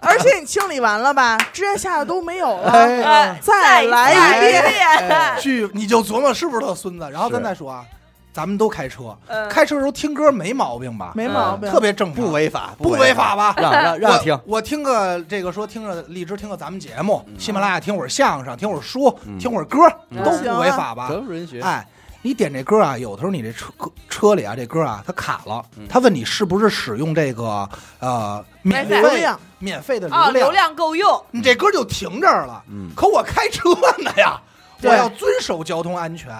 S5: 而且你清理完了吧，之前下的都没有了，
S2: 哎
S3: 呃
S5: 再来
S3: 来
S5: 一遍
S3: 遍。
S2: 去你就琢磨是不是他孙子，然后咱
S6: 是
S2: 再说啊。咱们都开车，
S3: 嗯
S2: 开车的时候听歌没毛病吧？啊
S5: 没毛病，
S2: 嗯特别正常，
S6: 不违法，
S2: 不
S6: 违
S2: 违法吧？
S6: [LAUGHS] 让让让听
S2: 我，啊我听个这个说，听着荔枝，听个咱们节目，喜马拉雅听会儿相声，听会儿书，
S6: 嗯
S2: 听会儿歌，
S3: 嗯
S2: 都不违法吧？
S6: 咱不允许。
S2: 哎，你点这歌啊，有的时候你这车车里啊，这歌啊，它卡了
S6: 嗯，
S2: 他问你是不是使用这个呃免费
S3: 流
S5: 流量
S2: 免费的
S3: 哦，
S2: 流
S3: 流
S2: 量，
S3: 量够用，
S2: 你这歌就停这儿了。
S6: 嗯，
S2: 可我开车呢呀，我
S5: 对
S2: 要遵守交通安全，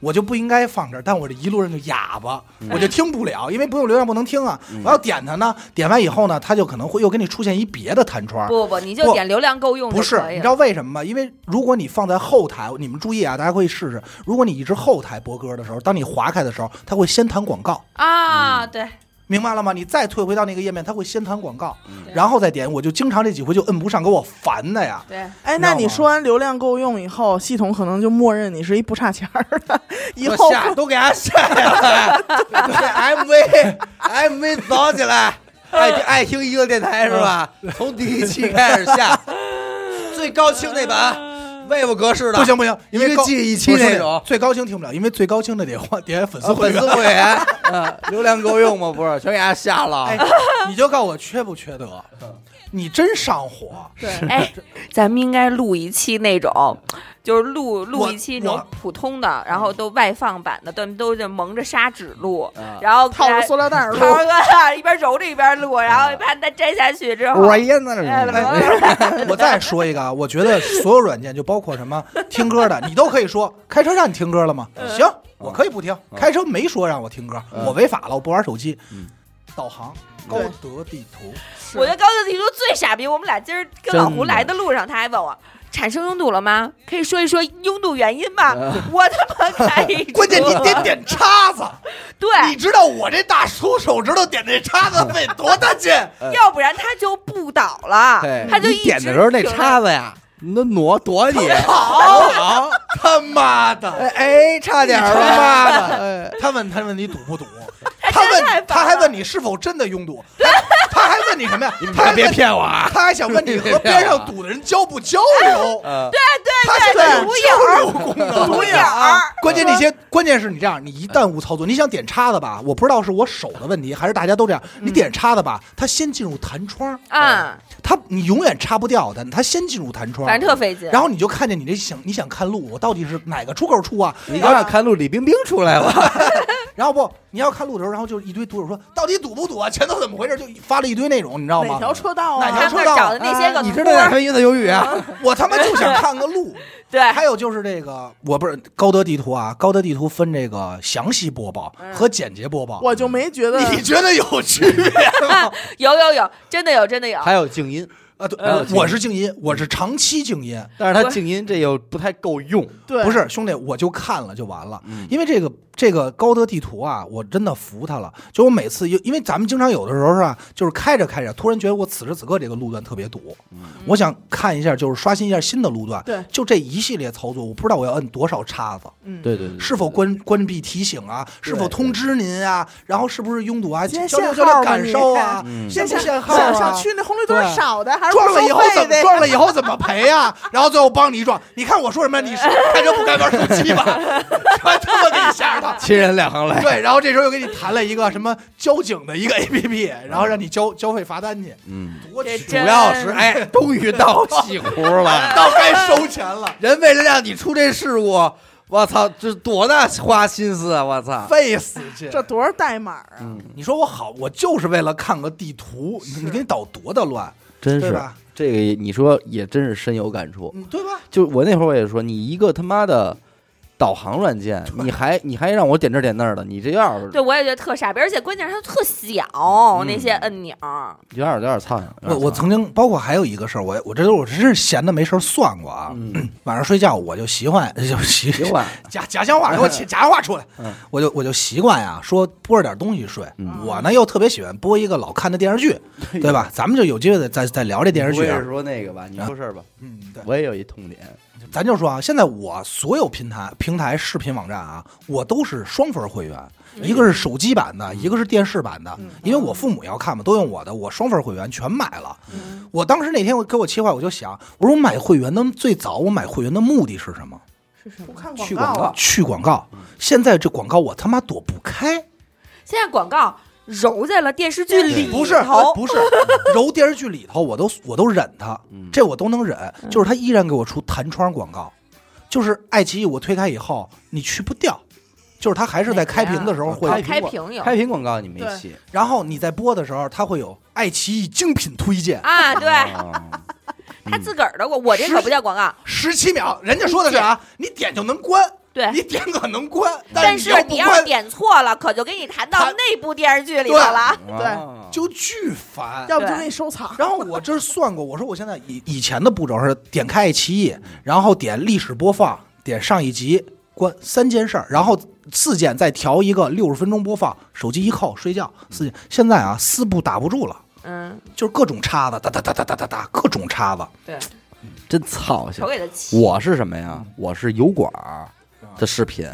S2: 我就不应该放这儿。但我这一路人就哑巴，
S6: 嗯
S2: 我就听不了，因为不用流量不能听啊。我要点它呢，点完以后呢，它就可能会又给你出现一别的弹窗。
S3: 不不，你就
S2: 不
S3: 点流量够用就
S2: 不是，
S3: 可以
S2: 你
S3: 了
S2: 知道为什么吗？因为如果你放在后台，你们注意啊，大家可以试试。如果你一直后台播歌的时候，当你划开的时候，它会先弹广告，嗯
S3: 啊？对，
S2: 明白了吗？你再退回到那个页面，它会先弹广告，
S6: 嗯
S2: 然后再点。我就经常这几回就摁不上，给我烦的呀。
S3: 对，
S5: 哎，那你说完流量够用以后，系统可能就默认你是一不差钱儿的，以后
S6: 下都给他下来，MV MV 早起来，爱听爱听一个电台是吧？从第一期开始下，最高清那版，位不格式的，
S2: 不行不行，因为
S6: 一个
S2: 高
S6: 季一期
S2: 不是
S6: 那种
S2: 最高清听不了，因为最高清的得换
S6: [LAUGHS]
S2: 得粉丝
S6: 啊
S2: 会
S6: 粉
S2: 员
S6: 丝。会员，嗯，流量够用吗？不是，全给他下
S2: 哎
S6: 了。，
S2: 你就告诉我缺不缺德？
S6: 嗯
S2: 你真上火！
S5: 对，
S3: [LAUGHS] 哎，咱们应该录一期那种，就是录录
S2: 我
S3: 一期那种
S2: 我
S3: 普通的，然后都外放版的，都都就蒙着砂纸录
S6: 啊，
S3: 然后给
S5: [LAUGHS] 套
S3: 大
S5: 着
S3: 家
S5: 塑料袋儿
S3: 涛
S5: 录，
S3: 哥一边揉着一边录，然后把它摘下去之后，
S6: 烟在
S3: 哎
S6: 儿呢，
S2: [LAUGHS] 我再说一个啊，我觉得所有软件就包括什么听歌的，你都可以说开车让你听歌了吗？行，我可以不听。开车没说让我听歌，
S6: 嗯
S2: 我违法了，我不玩手机
S6: 嗯。
S2: 导航、高
S6: 对
S2: 德地图，
S3: 我觉得高德地图最傻逼。我们俩今儿跟老胡来的路上，他还问我产生拥堵了吗？可以说一说拥堵原因吗？我他妈开车，
S2: 关键你点点叉子，
S3: 对，
S2: 你知道我这大粗手指头点这叉子费多大劲？
S6: [LAUGHS]
S3: 要不然他就不倒了
S6: 对，
S3: 他就
S6: 你
S3: 一
S6: 点的时候那叉
S3: 子
S6: 子呀，那挪躲
S3: [LAUGHS]
S6: 你，
S2: 好，他妈的！
S6: 哎哎，差点儿
S2: 他妈
S6: 吧，
S2: 的！他问他问你赌不赌？他
S3: 真太
S2: 问
S3: 烦
S2: 他还
S3: 了
S2: 问你是否真的拥堵？他他还问你什么呀？他还问
S6: 别骗我啊！
S2: 他还想问你和边上堵的人交不交流？
S6: 呃，
S2: 他现在有
S3: 对
S2: 交流功能，
S3: 独眼儿，
S2: 关键那些，关键是你这样，你一旦误操作，你想点叉子吧？我不知道是我手的问题，还是大家都这样。你点叉子吧，它先进入弹窗，
S3: 啊，
S2: 它你永远插不掉的，它先进入弹窗，
S3: 反正特费劲。
S2: 然后你就看见你这想你想看路，我到底是哪个出口出啊？
S3: [LAUGHS]
S6: 你刚想看路，李冰冰出来了，
S2: 然后不，你要看路由，然后就一堆读者说到底堵不堵啊？前头怎么回事？就发了一堆内容，你知道吗？
S5: 哪条车道
S2: 哪条
S5: 啊
S3: 他？
S2: 车
S3: 们
S2: 道嗯
S3: 找的那些个
S2: 你
S1: 你知
S3: 托
S1: 道哪
S3: 儿
S1: 条晕的鱿鱼啊？
S2: 我他妈就想看个路。 [LAUGHS]
S3: 对，
S2: 还有就是这个，我不是高德地图啊，高德地图分这个详细播报和简洁播报。
S5: 嗯我就没觉得
S2: 你觉得有区别
S5: [LAUGHS]
S2: 吗？
S3: 有有有，真的有真的有。
S1: 还有静音，
S2: 啊，对，
S1: 呃
S2: 我是静音，我是长期静音。
S1: 但是它
S3: 我
S1: 静音这又不太够用。
S5: 对，
S2: 不是兄弟，我就看了就完了，
S1: 嗯
S2: 因为这个这个高德地图啊，我真的服他了。就我每次，因因为咱们经常有的时候是吧，就是开着开着，突然觉得我此时此刻这个路段特别堵，我想看一下，就是刷新一下新的路段。
S5: 嗯对
S2: 就这一系列操作，我不知道我要摁多少叉子，
S1: [LAUGHS]
S5: 嗯，
S1: 对对对，
S2: 是否关关闭提醒啊，是否通知您啊，然后是不是拥堵啊，交
S5: 接
S2: 流交
S5: 限号
S2: 流
S5: 吗
S2: 感
S5: 你
S2: 受啊，
S1: 嗯
S2: 限不限号
S5: 小
S2: 啊？
S5: 小区那红绿灯
S2: 对
S5: 少的还是
S2: 撞了以后
S5: 不收
S2: 怎
S5: 费
S2: 么
S5: 的
S2: 撞了以后怎么赔呀、 [LAUGHS] 然后最后帮你一撞，你看我说什么？ [LAUGHS] 你是开车不该玩手机吧？全他妈给你吓着他。 [LAUGHS]
S1: 亲人两行泪。
S2: 对，然后这时候又给你谈了一个什么交警的一个 A P P，然后让你交交费罚单去。
S1: 嗯，
S2: 我去，
S3: 这
S1: 主要是哎，终于到 [LAUGHS] 西湖了，
S2: 到该收钱了，
S1: 人为了让你出这事故，我操，这多大花心思啊！我操，
S2: 费 [LAUGHS] 死去。
S5: 这多少代码啊？
S1: 嗯，
S2: 你说我好，我就是为了看个地图，你你给你导多的乱，
S1: 真
S2: 对
S1: 是
S2: 吧
S1: 这个也，你说也真是深有感触。
S2: 嗯，对
S1: [LAUGHS]
S2: 吧？
S1: 就我那会儿我也说，你一个他妈的导航软件，你还你还让我点这点那儿的，你这有点儿
S3: 对，我也觉得特傻逼，而且关键是它特小，
S2: 嗯
S3: 那些按钮。
S1: 有点儿有点儿苍蝇。
S2: 我我曾经包括还有一个事儿，我我这都是我真是闲的没事儿算过啊。
S1: 嗯
S2: 晚上睡觉我就习惯 [LAUGHS] 就习
S1: 别管， [LAUGHS]
S2: 假假想话，给 [LAUGHS] 我起假想话出来，
S1: 嗯
S2: 我就我就习惯呀，说播着点东西睡。
S1: 嗯
S2: 我呢又特别喜欢播一个老看的电视剧，对吧？咱们就有机会再再再聊这电视
S1: 不会
S2: 剧、啊
S1: 是。说那个吧？你说事儿吧，
S2: 嗯，对，
S1: 我也有一痛点。
S2: 咱就说啊，现在我所有平台平台视频网站啊，我都是双份会员，一个是手机版的，一个是电视版的，因为我父母要看嘛，都用我的，我双份会员全买了。我当时那天我给我气坏，我就想，我说我买会员的最早我买会员的目的是什么？
S3: 是什
S5: 不？看
S1: 去
S5: 告
S1: 广告
S5: 啊，
S2: 去广告。现在这广告我他妈躲不开。
S3: 现在广告揉在了电视剧里
S2: 不是哎 [LAUGHS]
S3: 头，
S2: 不是揉电视剧里头，我都我都忍他，
S1: 嗯
S2: 这我都能忍，就是他依然给我出弹窗广告，就是爱奇艺我推开以后你去不掉，就是他还是在开屏的时候
S1: 哪个
S2: 会
S1: 呀，
S3: 开屏有
S1: 开屏广告你没
S5: 对
S1: 戏
S2: 然后你在播的时候他会有爱奇艺精品推荐，
S3: 啊，对
S2: 嗯
S1: 啊？
S3: 他自个儿的，我我这可不叫广告。
S2: 十七秒，人家说的是啊，你点就能关，
S3: 对
S2: 你点可能关，
S3: 但
S2: 是
S3: 是
S2: 你
S3: 你
S2: 要
S3: 要
S2: 不
S3: 是
S2: 关
S3: 点错了，可就给你弹到
S2: 弹
S3: 那部电视剧里头了。啊
S5: 对
S1: 就
S2: 就巨烦，
S5: 要不就
S3: 对
S5: 给你收藏。
S2: 然后我这儿算过，我说我现在以以前的步骤是点开爱奇艺，然后点历史播放，点上一集，关三件事儿，然后四件再调一个六十分钟播放，手机一扣睡觉四件。现在啊，四步打不住了，
S3: 嗯，
S2: 就是各种叉子，哒哒哒哒哒哒哒，各种叉子。
S3: 对，
S1: 真操心
S3: 瞅。给他气。
S1: 我是什么呀？我是油管儿的视频，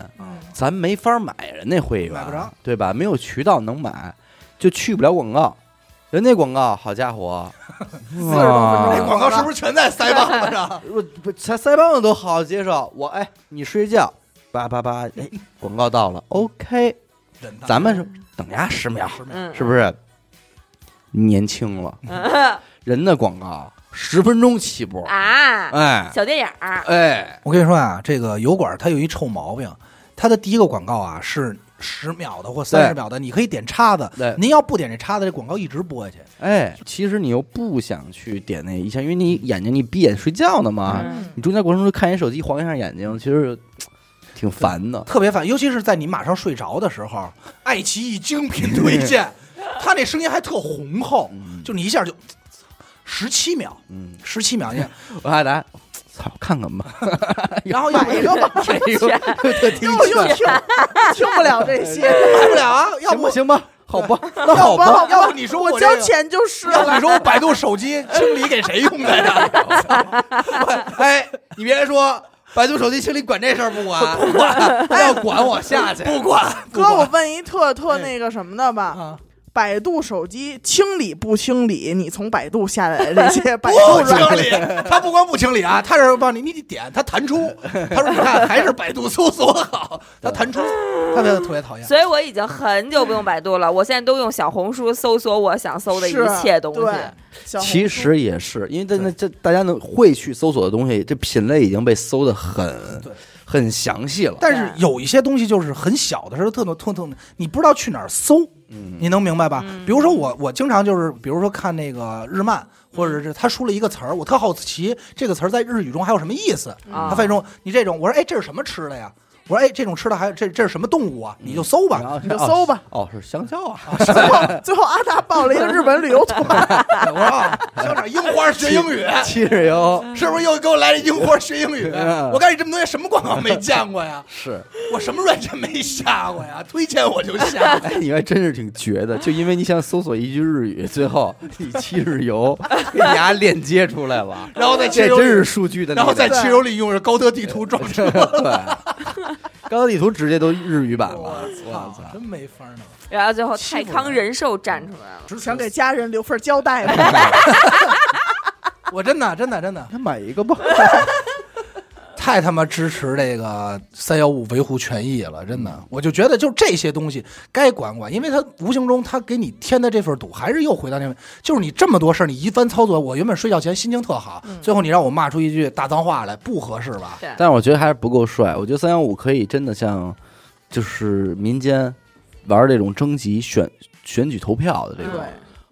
S1: 咱没法嗯买人那会
S2: 买不
S1: 员
S2: 着，
S1: 对吧？没有渠道能买，就去不了广告。人那广告，好家伙，四
S5: 40多分
S2: 那
S5: 钟
S2: 哎广告是不是全在腮帮子 [LAUGHS] 上？
S1: [LAUGHS] 我不才腮帮子都好接受。我哎，你睡觉，叭叭叭，哎， [LAUGHS] 广告到了，OK，
S2: 忍他
S1: 咱们是等呀十秒，
S3: 嗯，
S1: 是不是？年轻了，人的广告十分钟起步，
S3: [LAUGHS] 啊，
S2: 嗯
S1: 哎
S3: 小电影儿，
S1: 哎，
S2: 我跟你说啊，这个油管它有一臭毛病，它的第一个广告啊是十秒的或三十秒的，你可以点叉子
S1: 对。
S2: 您要不点这叉子，这广告一直播下去。
S1: 哎，其实你又不想去点那一下，因为你眼睛你闭眼睡觉呢嘛，
S3: 嗯
S1: 你中间过程中看一手机，晃一下眼睛，其实挺烦的。
S2: 特别烦，尤其是在你马上睡着的时候，爱奇艺精品推荐，他那声音还特浑厚，就你一下就十七秒，
S1: 嗯，
S2: 十七秒，你看
S1: 我还来，操，看看吧，
S2: 然后又
S5: 买一个吧，
S1: 哎呦，特听
S5: 又又听听不了这些，
S2: 买不了啊，要
S1: 行
S2: 不
S1: 吧行吧，好吧， [LAUGHS] 那
S5: 要
S1: 好
S5: 不好
S1: 吧，
S5: 吧
S2: 要不你说
S5: 我
S2: 这
S5: 交
S2: 个。
S5: 钱就是
S2: 要不
S5: 了。
S2: 你说我百度手机清理给谁用的呀？
S1: 哎，
S2: 你别说，百度手机清理管这事儿不管，不管，要管我下去，不管，
S1: 嗯
S5: 哥，我问一特特那个什么的吧，
S2: 啊，
S5: 百度手机清理不清理你从百度下载的
S1: [LAUGHS]
S5: 这些百
S2: 不
S5: 度
S2: 清
S5: 软件？
S2: 理，他不光不清理啊，他是告诉你，你得点，他弹出。他说你看，还是百度搜索好，他弹出，他特别讨厌。
S3: 所以我已经很久不用
S2: [LAUGHS]
S3: 百度了，我现在都用小红书搜索我想搜的一
S5: 是
S3: 切东西。
S5: 对小红
S1: 其
S5: 书
S1: 实也是，因为这那这大家能会去搜索的东西，这品类已经被搜的很
S2: 对
S1: 很详细了。
S2: 但是有一些东西就是很小的时候特特特特，你不知道去哪儿搜，
S1: 嗯
S2: 你能明白吧？
S3: 嗯
S2: 比如说我我经常就是，比如说看那个日漫，或者是他说了一个词儿，我特好奇这个词儿在日语中还有什么意思。
S3: 啊
S2: 他翻译中你这种，我说哎这是什么吃的呀？我说哎这种吃的还有这这是什么动物啊？你就搜吧。
S1: 然后
S5: 你就
S1: [LAUGHS]
S5: 搜吧。
S1: 哦，是香蕉啊，
S5: 最后 [LAUGHS] 最后阿达报了一个日本
S1: [LAUGHS]
S5: 旅游团，
S2: [LAUGHS] 我说啊，校长樱花学英语。
S1: 七日游
S2: 是不是又给我来了樱花学英语？
S1: 嗯
S2: 我告诉你，这么多年什么广告没见过呀？ [LAUGHS]
S1: 是。
S2: 我什么软件没下过呀？ [LAUGHS] 推荐我就下。
S1: 哎，你还真是挺绝的，就因为你想搜索一句日语，最后你七日游给你家链接出来了，
S2: 然后在
S1: 这
S2: 汽油
S1: 真是
S2: 里，
S1: 数据的力量。
S2: 然后在汽油里用着高德地图装车，
S1: [LAUGHS] 对，高德地图直接都日语版了，我操！
S2: 真没法弄。
S3: 然后最后泰康人寿站出来了，
S5: 想给家人留份交代吧。
S2: 我真的真的真的
S1: 那买一个吧，
S2: 太他妈支持这个三幺五维护权益了，真的。我就觉得就这些东西该管管，因为他无形中他给你添的这份堵，还是又回到那，就是你这么多事儿，你一番操作，我原本睡觉前心情特好，
S3: 嗯
S2: 最后你让我骂出一句大脏话来，不合适吧？
S3: 对，
S1: [LAUGHS] 但是我觉得还是不够帅。我觉得三幺五可以真的像，就是民间玩这种征集选选举投票的这种，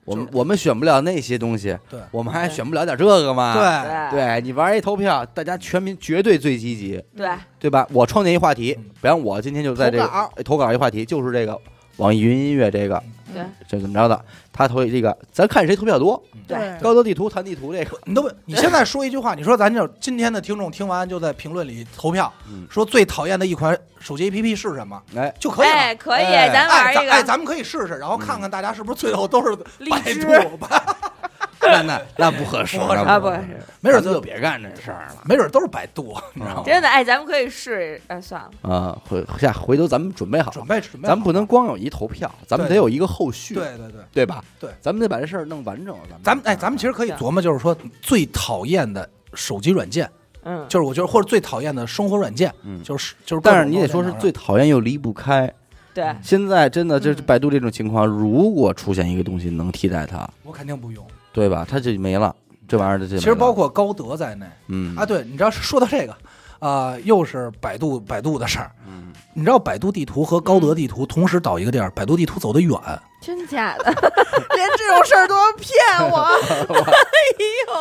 S1: 我们我们选不了那些东西，
S2: 对
S1: 我们还选不了点这个吗？。
S2: 哎
S3: 对
S1: 对你玩一投票，大家全民绝对最积极，
S3: 对
S1: 对吧？我创建一话题
S2: 嗯，
S1: 比方我今天就在这个
S5: 投稿
S1: 哎投稿一话题，就是这个网易云音乐这个
S3: 对
S2: 嗯
S1: 这怎么着的，他投这个，咱看谁投票多。
S5: 哎
S3: 对，
S1: 高德地图谈地图
S2: [LAUGHS]
S1: 这个，
S2: 你都不你现在说一句话，你说咱就今天的听众听完就在评论里投票，
S1: 嗯
S2: 说最讨厌的一款手机 APP 是什么
S1: 哎，
S2: 就可以了。
S3: 哎，可以，
S1: 哎
S3: 咱
S2: 哎，
S3: 玩
S2: 咱
S3: 一
S2: 哎，
S3: 个
S2: 咱们可以试试，然后看看大家是不是最后都是
S3: 荔
S2: 百
S3: 枝
S2: 度吧， [LAUGHS]
S1: 哎那那那不合适，
S2: 不合适
S1: 那
S3: 啊，
S1: 不
S3: 不
S1: 合适，
S3: 是，
S2: 没
S1: 咱们
S2: 准
S1: 就
S2: 就
S1: 别干这事儿了
S2: 没准都是百度，你知道吗？
S3: 真的，哎，咱们可以试，哎，算了，
S1: 啊！回下回头咱们准备好，
S2: 准备准备好，
S1: 咱们不能光有一投票，咱们得
S2: 对
S1: 有一个后续，
S2: 对对对，
S1: 对吧？
S2: 对，
S1: 咱们得把这事儿弄完整了。
S2: 咱们哎，咱们其
S1: 实
S2: 实可以琢磨，就是说最讨厌的手机软件，
S3: 嗯，
S2: 就是我觉得或者最讨厌的生活软件，
S1: 嗯
S2: 就是就是各种
S1: 但
S2: 都在那儿，
S1: 是你得说是最讨厌又离不开。
S3: 对，
S2: 嗯
S1: 现在真的就是
S3: 嗯
S1: 百度这种情况，如果出现一个东西能替代它，
S2: 我肯定不用。
S1: 对吧？它就没了，这玩意儿就没了
S2: 其实包括高德在内，
S1: 嗯
S2: 啊，，对，你知道说到这个，啊，又是百度百度的事儿。
S1: 嗯
S2: 你知道百度地图和高德地图同时导一个地儿，百度地图走
S1: [LAUGHS]
S2: 得远，
S3: 真假的，
S5: 连这种事儿都要
S1: [LAUGHS]
S5: 骗我，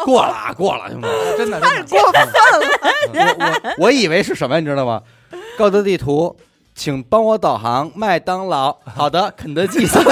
S1: 过了啊过了，兄弟，
S2: 真的太
S5: 过分了！
S1: 我 [LAUGHS] 我我以为是什么，你知道吗？高德地图，请帮我导航麦当劳。好的，肯德基走你。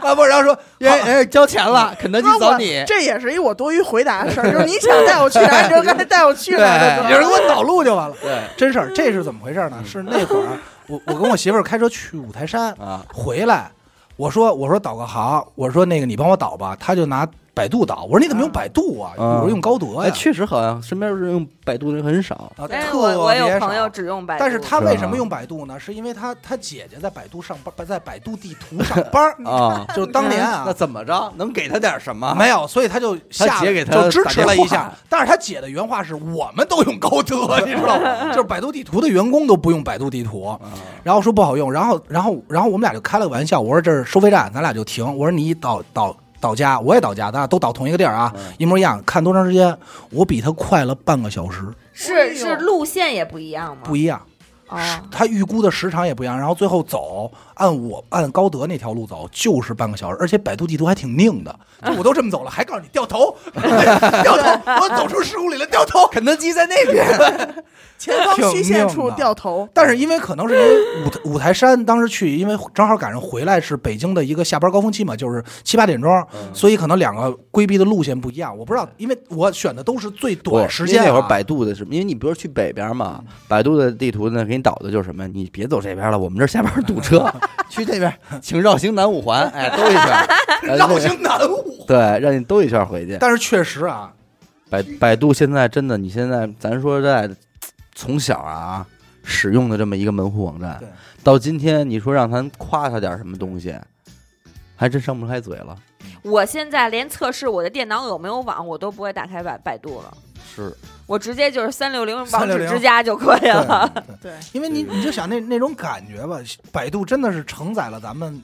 S2: 啊！不，然后说，
S1: [LAUGHS] 哎哎，交钱了，肯德基
S5: 如
S1: 走
S2: [LAUGHS]
S5: 果
S1: 你。
S5: 这也是一我多余回答的事儿，就是你想带我去哪儿，你就该带我去哪儿。
S1: 对
S2: 有人给我导路就完了。
S1: 对
S2: 真事儿，这是怎么回事
S1: 嗯
S2: 呢？是那会儿啊我我跟我媳妇儿开车去五台
S1: [LAUGHS]
S2: 山
S1: 啊，
S2: 回来，我说我说导个航，我说那个你帮我导吧，她就拿百度导，我说你怎么用百度啊？
S1: 啊
S2: 我说用高德
S1: 哎，
S2: 呀。
S1: 确实好像身边人用百度的人很少。
S2: 啊，
S3: 但是
S2: 特
S3: 哎我我有
S2: 别
S3: 朋友
S2: 少
S3: 只用百度，
S2: 但是他
S1: 是吧
S2: 为什么用百度呢？是因为他他姐姐在百度上班，在百度地图上班
S3: [LAUGHS]
S2: 儿
S1: 啊，
S2: 就是当年啊
S1: 那，怎么着？能给他点什么？
S2: 没有，所以他就下
S1: 姐啊给他
S2: 就支持了一
S1: 打电
S2: 下
S1: [LAUGHS] 话。
S2: 但是他姐的原话是我们都用高德，你知道吗？
S1: [LAUGHS]
S2: 就是百度地图的员工都不用百度地
S1: 啊
S2: 图，然后说不好用，然后然后然后我们俩就开了个玩笑，我说这是收费站，咱俩就停，我说你倒倒。到家，我也到家，咱俩都到同一个地儿啊，
S1: 嗯
S2: 一模一样。看多长时间，我比他快了半个小时，
S3: 是是路线也不一样吗？
S2: 不一样。
S3: 哦，
S2: 他预估的时长也不一样，然后最后走，按我按高德那条路走就是半个小时，而且百度地图还挺拧的，就我都这么走了，还告诉你掉头， [LAUGHS] 掉头，我走出十公里了，掉头。
S1: 肯德基在那
S2: [LAUGHS]
S1: 边。
S5: 前方虚线处掉头，
S2: 但是因为可能是因为五台 [LAUGHS] 五台山当时去，因为正好赶上回来是北京的一个下班高峰期嘛，就是七八点钟，
S1: 嗯
S2: 所以可能两个规避的路线不一样，我不知道，因为我选的都是最短时间、啊。嗯
S1: 那会儿百度的是，因为你比如去北边嘛，百度的地图呢给你导的就是什么，你别走这边了，我们这儿下边堵
S2: [LAUGHS]
S1: 车，去这边，请绕行南五环，哎，兜一圈，哎
S2: 绕行南五，
S1: 对，让你兜一圈回去。
S2: 但是确实啊，
S1: 百百度现在真的，你现在咱说实在的，从小啊使用的这么一个门户网站
S2: 对，
S1: 到今天你说让咱夸他点什么东西，还真上不开嘴了。
S3: 我现在连测试我的电脑有没有网，我都不会打开百百度了，
S1: 是，
S3: 我直接就是三六零网址
S2: 360
S3: 之家就可以
S2: 对
S3: 了。
S2: 对
S5: 对，
S2: 因为你你就想那那种感觉吧，百度真的是承载了咱们。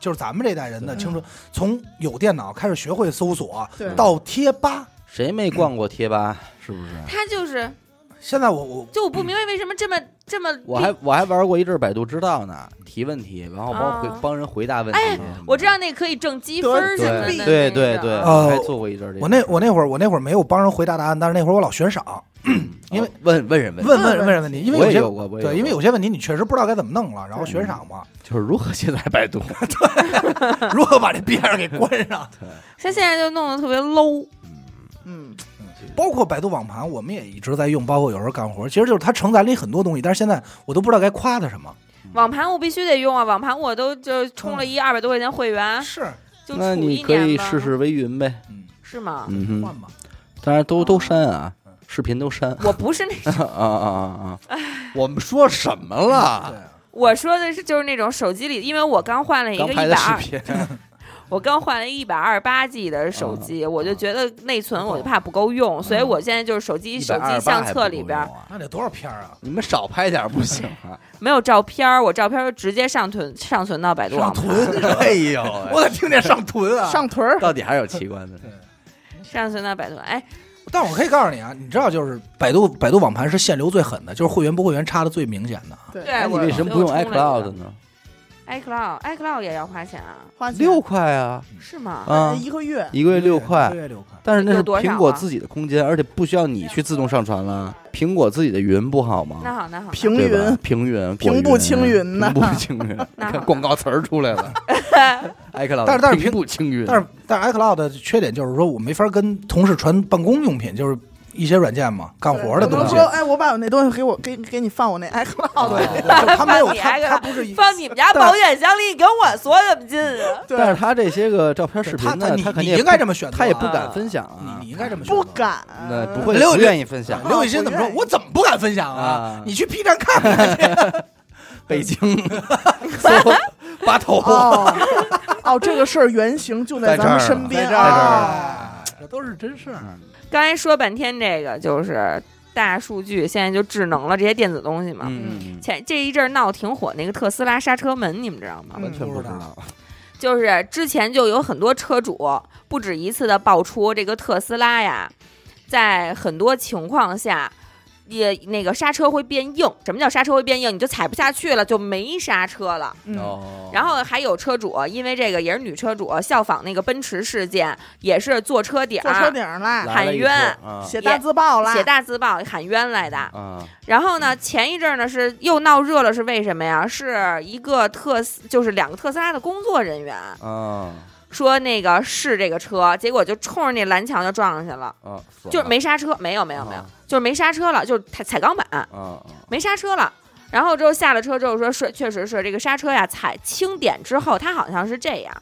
S2: 就是咱们这代人的青春，从有电脑开始学会搜索，
S5: 对
S2: 到贴吧。
S1: 谁没逛过贴吧？是不是？
S3: 他就是，
S2: 现在我我
S3: 就我不明白为什么这么这么
S1: 嗯我还我还玩过一阵儿百度知道呢，提问题，然后帮回、
S3: 啊
S1: 帮人回答问题
S3: 哎
S1: 什么的。
S3: 我知道那可以挣积分儿什么的那
S5: 对
S3: 种。
S1: 对对对，
S2: 哦
S1: 还做过一阵儿这个。哦
S2: 我那我那会儿我那会儿没有帮人回答答案，但是那会儿我老悬赏，因为
S1: 哦问问人问
S2: 问
S1: 题，
S2: 问问人问题，因为
S1: 我
S2: 有
S1: 也
S2: 些
S1: 有过，我也
S2: 对，因为
S1: 过
S2: 有些问题你确实不知道该怎么弄了，然后悬赏嘛， [LAUGHS]
S1: 就是如何卸载百度，
S2: 如何把这边儿给关
S1: [LAUGHS]
S2: 上？
S3: 他现在就弄得特别 low。
S5: 嗯，
S2: 包括百度网盘，我们也一直在用，包括有时候干活，其实就是它承载了你很多东西，但是现在我都不知道该夸它什么。
S1: 嗯
S3: 网盘我必须得用啊，网盘我都就充了一二百多块钱会
S1: 啊
S3: 员，
S2: 是，
S3: 就
S1: 那
S3: 处
S1: 你
S3: 一
S1: 可以
S3: 年吧。啊
S1: 试试微云呗。
S2: 嗯，
S3: 是吗？
S1: 嗯
S2: 换
S1: 哼，
S2: 吧。
S1: 当然
S3: 哦
S1: 都都删啊，视频都删。
S3: 我
S1: [LAUGHS]
S3: 不是那，
S1: 啊啊啊啊！
S3: 哎
S1: 我们说什么了？
S2: 对，
S3: 我说的是就是那种手机里，因为我刚换了一
S1: 刚
S3: 个一
S1: 拍
S3: 百
S1: 的视
S3: 二，
S1: 频，
S3: [LAUGHS] 我刚换了一百二十八 G 的手
S1: 嗯
S3: 机，我就觉得内存我就怕不够用，所以我现在就是手机手机相册里边
S1: 128还
S3: 儿
S1: 不够用啊
S2: 那得多少片儿啊？
S1: 你们少拍点儿不行啊！
S3: 没有照片儿，我照片儿就直接上存上存到百度
S2: 上
S3: 网盘，
S2: 臀，
S1: 哎呦喂，
S2: 我可听见上臀啊！
S5: 上屯儿
S1: 到底还是有奇观的。
S3: 上存到百度。哎，
S2: 但我可以告诉你啊，你知道就是百度百度网盘是限流最狠的，就是会员不会员差的最明显的。
S3: 对，
S1: 你
S3: 哎我
S1: 为什么不用 iCloud
S3: 呢
S1: 呢？
S3: ？iCloud，iCloud 也要花钱啊？
S5: 花钱
S1: 六块啊
S3: 是吗？
S1: 啊，
S5: 一个月，
S1: 一个月六块
S2: 一个。月六块。
S1: 但是那是
S3: 有多少啊
S1: 苹果自己的空间，而且不需要你去自动上传了。苹果自己的云不好
S3: 那
S1: 吗？
S3: 好，那好，
S5: 平
S1: 对吧
S5: 云，
S1: 平云，
S5: 平
S1: 果
S5: 步青云呢
S1: 平步青
S3: [LAUGHS]
S1: 云，
S3: 那
S1: 看广告词儿出
S3: [LAUGHS]
S1: 来了。iCloud，
S2: 但是但是
S1: 平
S2: 苹
S1: 步青云，
S2: 但是但是 iCloud 的缺点就是说我没法跟同事传办公用品，就是一些软件嘛，干活的
S5: 我
S2: 东
S5: 能
S2: 西
S5: 说。哎，我把我那东西给我给给你放我那哎 iCloud，
S2: 对，对他没有
S3: 你
S2: 他
S5: 哎
S3: 还给
S2: 他不是一
S3: 放你们家保险箱里，跟我说什么劲啊？
S5: [LAUGHS] 对
S1: 但是他这些个照片、视频
S2: 他
S1: 呢，
S2: 你
S1: 他肯
S2: 你
S1: 定
S2: 应该这么选择啊，
S1: 他也不敢分享啊
S2: 你，你应该这么选择
S5: 不。敢，哦
S1: 那不会
S2: 六
S1: 不愿意分享。
S2: 刘雨欣怎么说？我怎么不敢分享
S1: 啊
S2: 啊？你去 B 站看看去。
S1: 北京搜八头，
S5: 哦哦，这个事儿原型就
S1: 在
S5: 在咱
S1: 这儿
S5: 们
S1: 呢
S5: 身边
S2: 在这儿
S5: 啊，
S2: 呢，这都是真事儿。
S3: [LAUGHS]
S1: 嗯
S3: 刚才说半天这个就是大数据，现在就智能了，这些电子东西嘛。
S1: 嗯，
S3: 前这一阵儿闹挺火那个特斯拉刹车门，你们知道吗？
S5: 嗯
S1: 完全不知道。
S3: 就是之前就有很多车主不止一次的爆出这个特斯拉呀，在很多情况下。也那个刹车会变硬，什么叫刹车会变硬？你就踩不下去了，就没刹车了。
S5: 嗯
S1: 哦，
S3: 然后还有车主，因为这个也是女车主效仿那个奔驰事件，也是坐车顶
S5: 坐
S3: 儿
S5: 车顶儿啦，
S1: 来了一
S3: 喊冤
S1: 车啊
S5: 写大字报啦，嗯
S3: 写大字报喊冤来的。
S1: 啊，
S3: 然后呢，前一阵儿呢是又闹热了，是为什么呀？是一个特斯，就是两个特斯拉的工作人员
S1: 啊
S3: 说那个是这个车，结果就冲着那蓝墙就撞上去了，哦
S1: 啊，
S3: 就是没刹车，没有没有没有
S1: 啊，
S3: 就是没刹车了，就是踩踩钢板，
S1: 啊
S3: 没刹车了。然后之后下了车之后说是，确实是这个刹车呀，踩轻点之后，它好像是这样，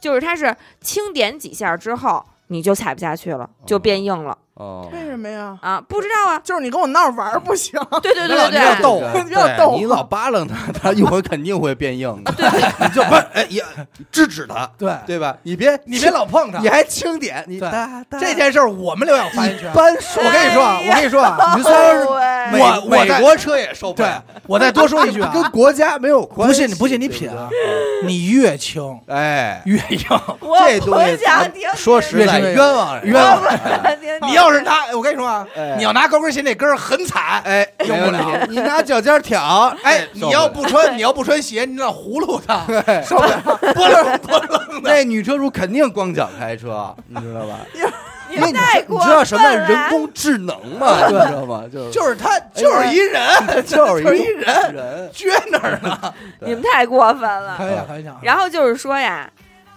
S3: 就是它是轻点几下之后，你就踩不下去了，就变硬了
S1: 哦，
S5: 为什么呀？
S3: 啊！不
S1: [LAUGHS]
S3: 知道啊，
S5: 就是你跟我闹着玩儿
S2: [LAUGHS]
S5: 不行，
S3: 对对对对
S2: 你老
S3: 对，
S2: 逗
S1: 对
S5: 你老逗
S1: 你老扒拉他，他一会儿肯定会变硬的。
S6: 你就不是哎也制止他，
S2: 对，
S6: 对吧？你别
S2: 你别老碰它
S6: 你。还轻点，你
S2: 对
S6: 哒哒
S2: 这件事儿我们留有发言权。
S6: 搬手我跟你说啊，我跟你说啊， [LAUGHS] 你虽然是美
S2: 我我
S6: 美
S2: 在
S6: 国车也受不
S2: 对
S6: 了，，
S2: 我再多说一句啊，
S6: 哎跟国家没有关
S2: 不
S6: 系。
S2: 信你不信你
S6: 对
S2: 品啊
S6: 对，
S2: 你越轻
S6: 哎，
S2: 越硬。
S3: 我
S6: 这东西
S3: 不想听啊你
S6: 说实在，
S2: 越是
S6: 冤枉人，
S2: 冤枉啊
S3: 我不想听
S2: 你要是拿，我跟你说啊
S6: 哎，
S2: 你要拿高跟鞋那跟儿很惨，
S6: 哎，
S2: 用不了。
S6: 你拿脚尖挑，
S2: 哎，你要不穿你要不穿鞋，你老葫芦它，
S6: 哎
S2: 受不了，波棱波棱的。
S1: 那女车主肯定光脚开车，你知道吧？
S3: 你
S1: 因为你
S3: 太
S1: 你
S3: 过
S1: 知道什么
S3: 分
S1: 叫
S3: 了
S1: 人工智能吗？你知道吗？就是
S2: 就是他，就是一人，
S1: 就是
S2: 就是一
S1: 一
S2: 人
S1: 人，
S2: 哎撅那儿呢。
S3: 你们太过分了。
S6: 哎
S2: 玩笑，开玩笑。
S3: 然后就是说呀，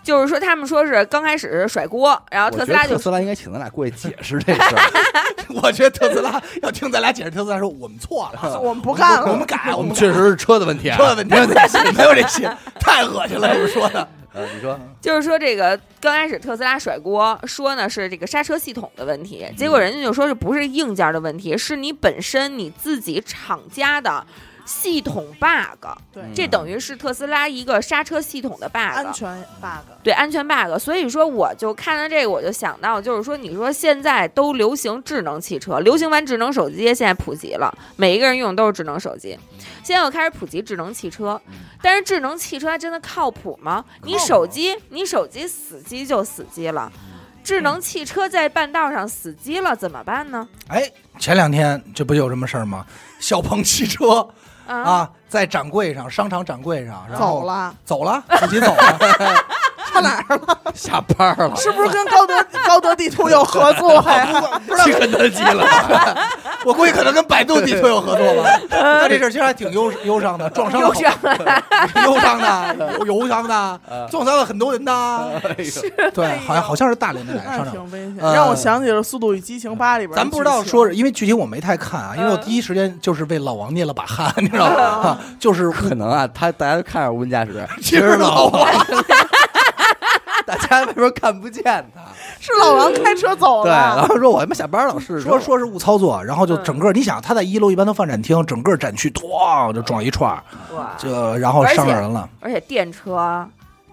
S3: 就是说他们说是刚开始是甩锅，然后
S1: 我觉
S3: 啊特斯
S1: 得
S3: 拉就
S1: 特斯拉应该请咱俩过去解释这事儿。
S2: [LAUGHS] 我觉得特斯拉要听咱俩解释，特斯拉说我们错了，
S5: 我们不干
S2: [LAUGHS] 我们
S5: 了，
S2: 改，我
S1: 我
S2: 们
S1: 们嗯确实是车的问题啊。
S2: 说的问题，没有这些，没有这些，太恶心了，你们说的。
S1: 呃，你说
S3: 就是说这个刚开始特斯拉甩锅，说呢是这个刹车系统的问题，结果人家就说是不是硬件的问题，是你本身你自己厂家的。系统 bug，
S5: 对
S1: 嗯
S3: 这等于是特斯拉一个刹车系统的 bug，
S5: 安全 bug，
S3: 对安全 bug，所以说我就看到这个，我就想到，就是说，你说现在都流行智能汽车，流行完智能手机，现在普及了，每一个人用的都是智能手机，现在又开始普及智能汽车，但是智能汽车它真的嗯靠谱啊嗯吗？你手机，你手机死机就死机了，智能汽车在半道上死机了，怎么办呢？
S2: [LAUGHS] 哎，前两天这不有什么事儿吗？小鹏汽车
S3: 啊，
S2: 啊，在展柜上，商场展柜上，然后
S5: 走，了，
S2: 走了，自己走了。
S5: [LAUGHS] 上哪儿
S2: [LAUGHS]
S5: 了？
S1: 下班了，
S5: 是不是跟高德 [LAUGHS] 高德地图有合作哎
S2: [LAUGHS]
S5: 呀？
S6: 去肯德基了，
S2: 我估计可能跟百度地图有合作吧。那这事儿其实还挺忧忧伤的，撞伤了好
S3: 忧伤
S2: 忧伤的，有忧伤 [LAUGHS] 的，撞伤了很多人的。对，好像好像是大连的哪个
S5: 那
S2: 商场。
S5: 挺危险，
S2: 呃
S5: 让我想起了《速度与激情八》里边儿的剧情，
S2: 嗯咱不知
S5: 嗯
S2: 道说是，因为具体我没太看啊，因为我第一时间就是为老王捏
S5: [LAUGHS]
S2: 了把汗，你知道吗？啊就是
S1: [LAUGHS] 可能啊，他大家都看着无人驾驶， [LAUGHS]
S2: 其实老王，
S1: 大家为什么看不见他？
S5: 是老王开车走
S1: 对，然
S5: 了，
S1: 后说我他妈下班了，是
S2: 说说是误操作，然后
S5: 嗯
S2: 就整个，你想他在一楼一般都放展厅，整个展区咣就撞一串儿，
S5: 啊
S3: 哇，
S2: 就然后伤着人了。
S3: 而且电车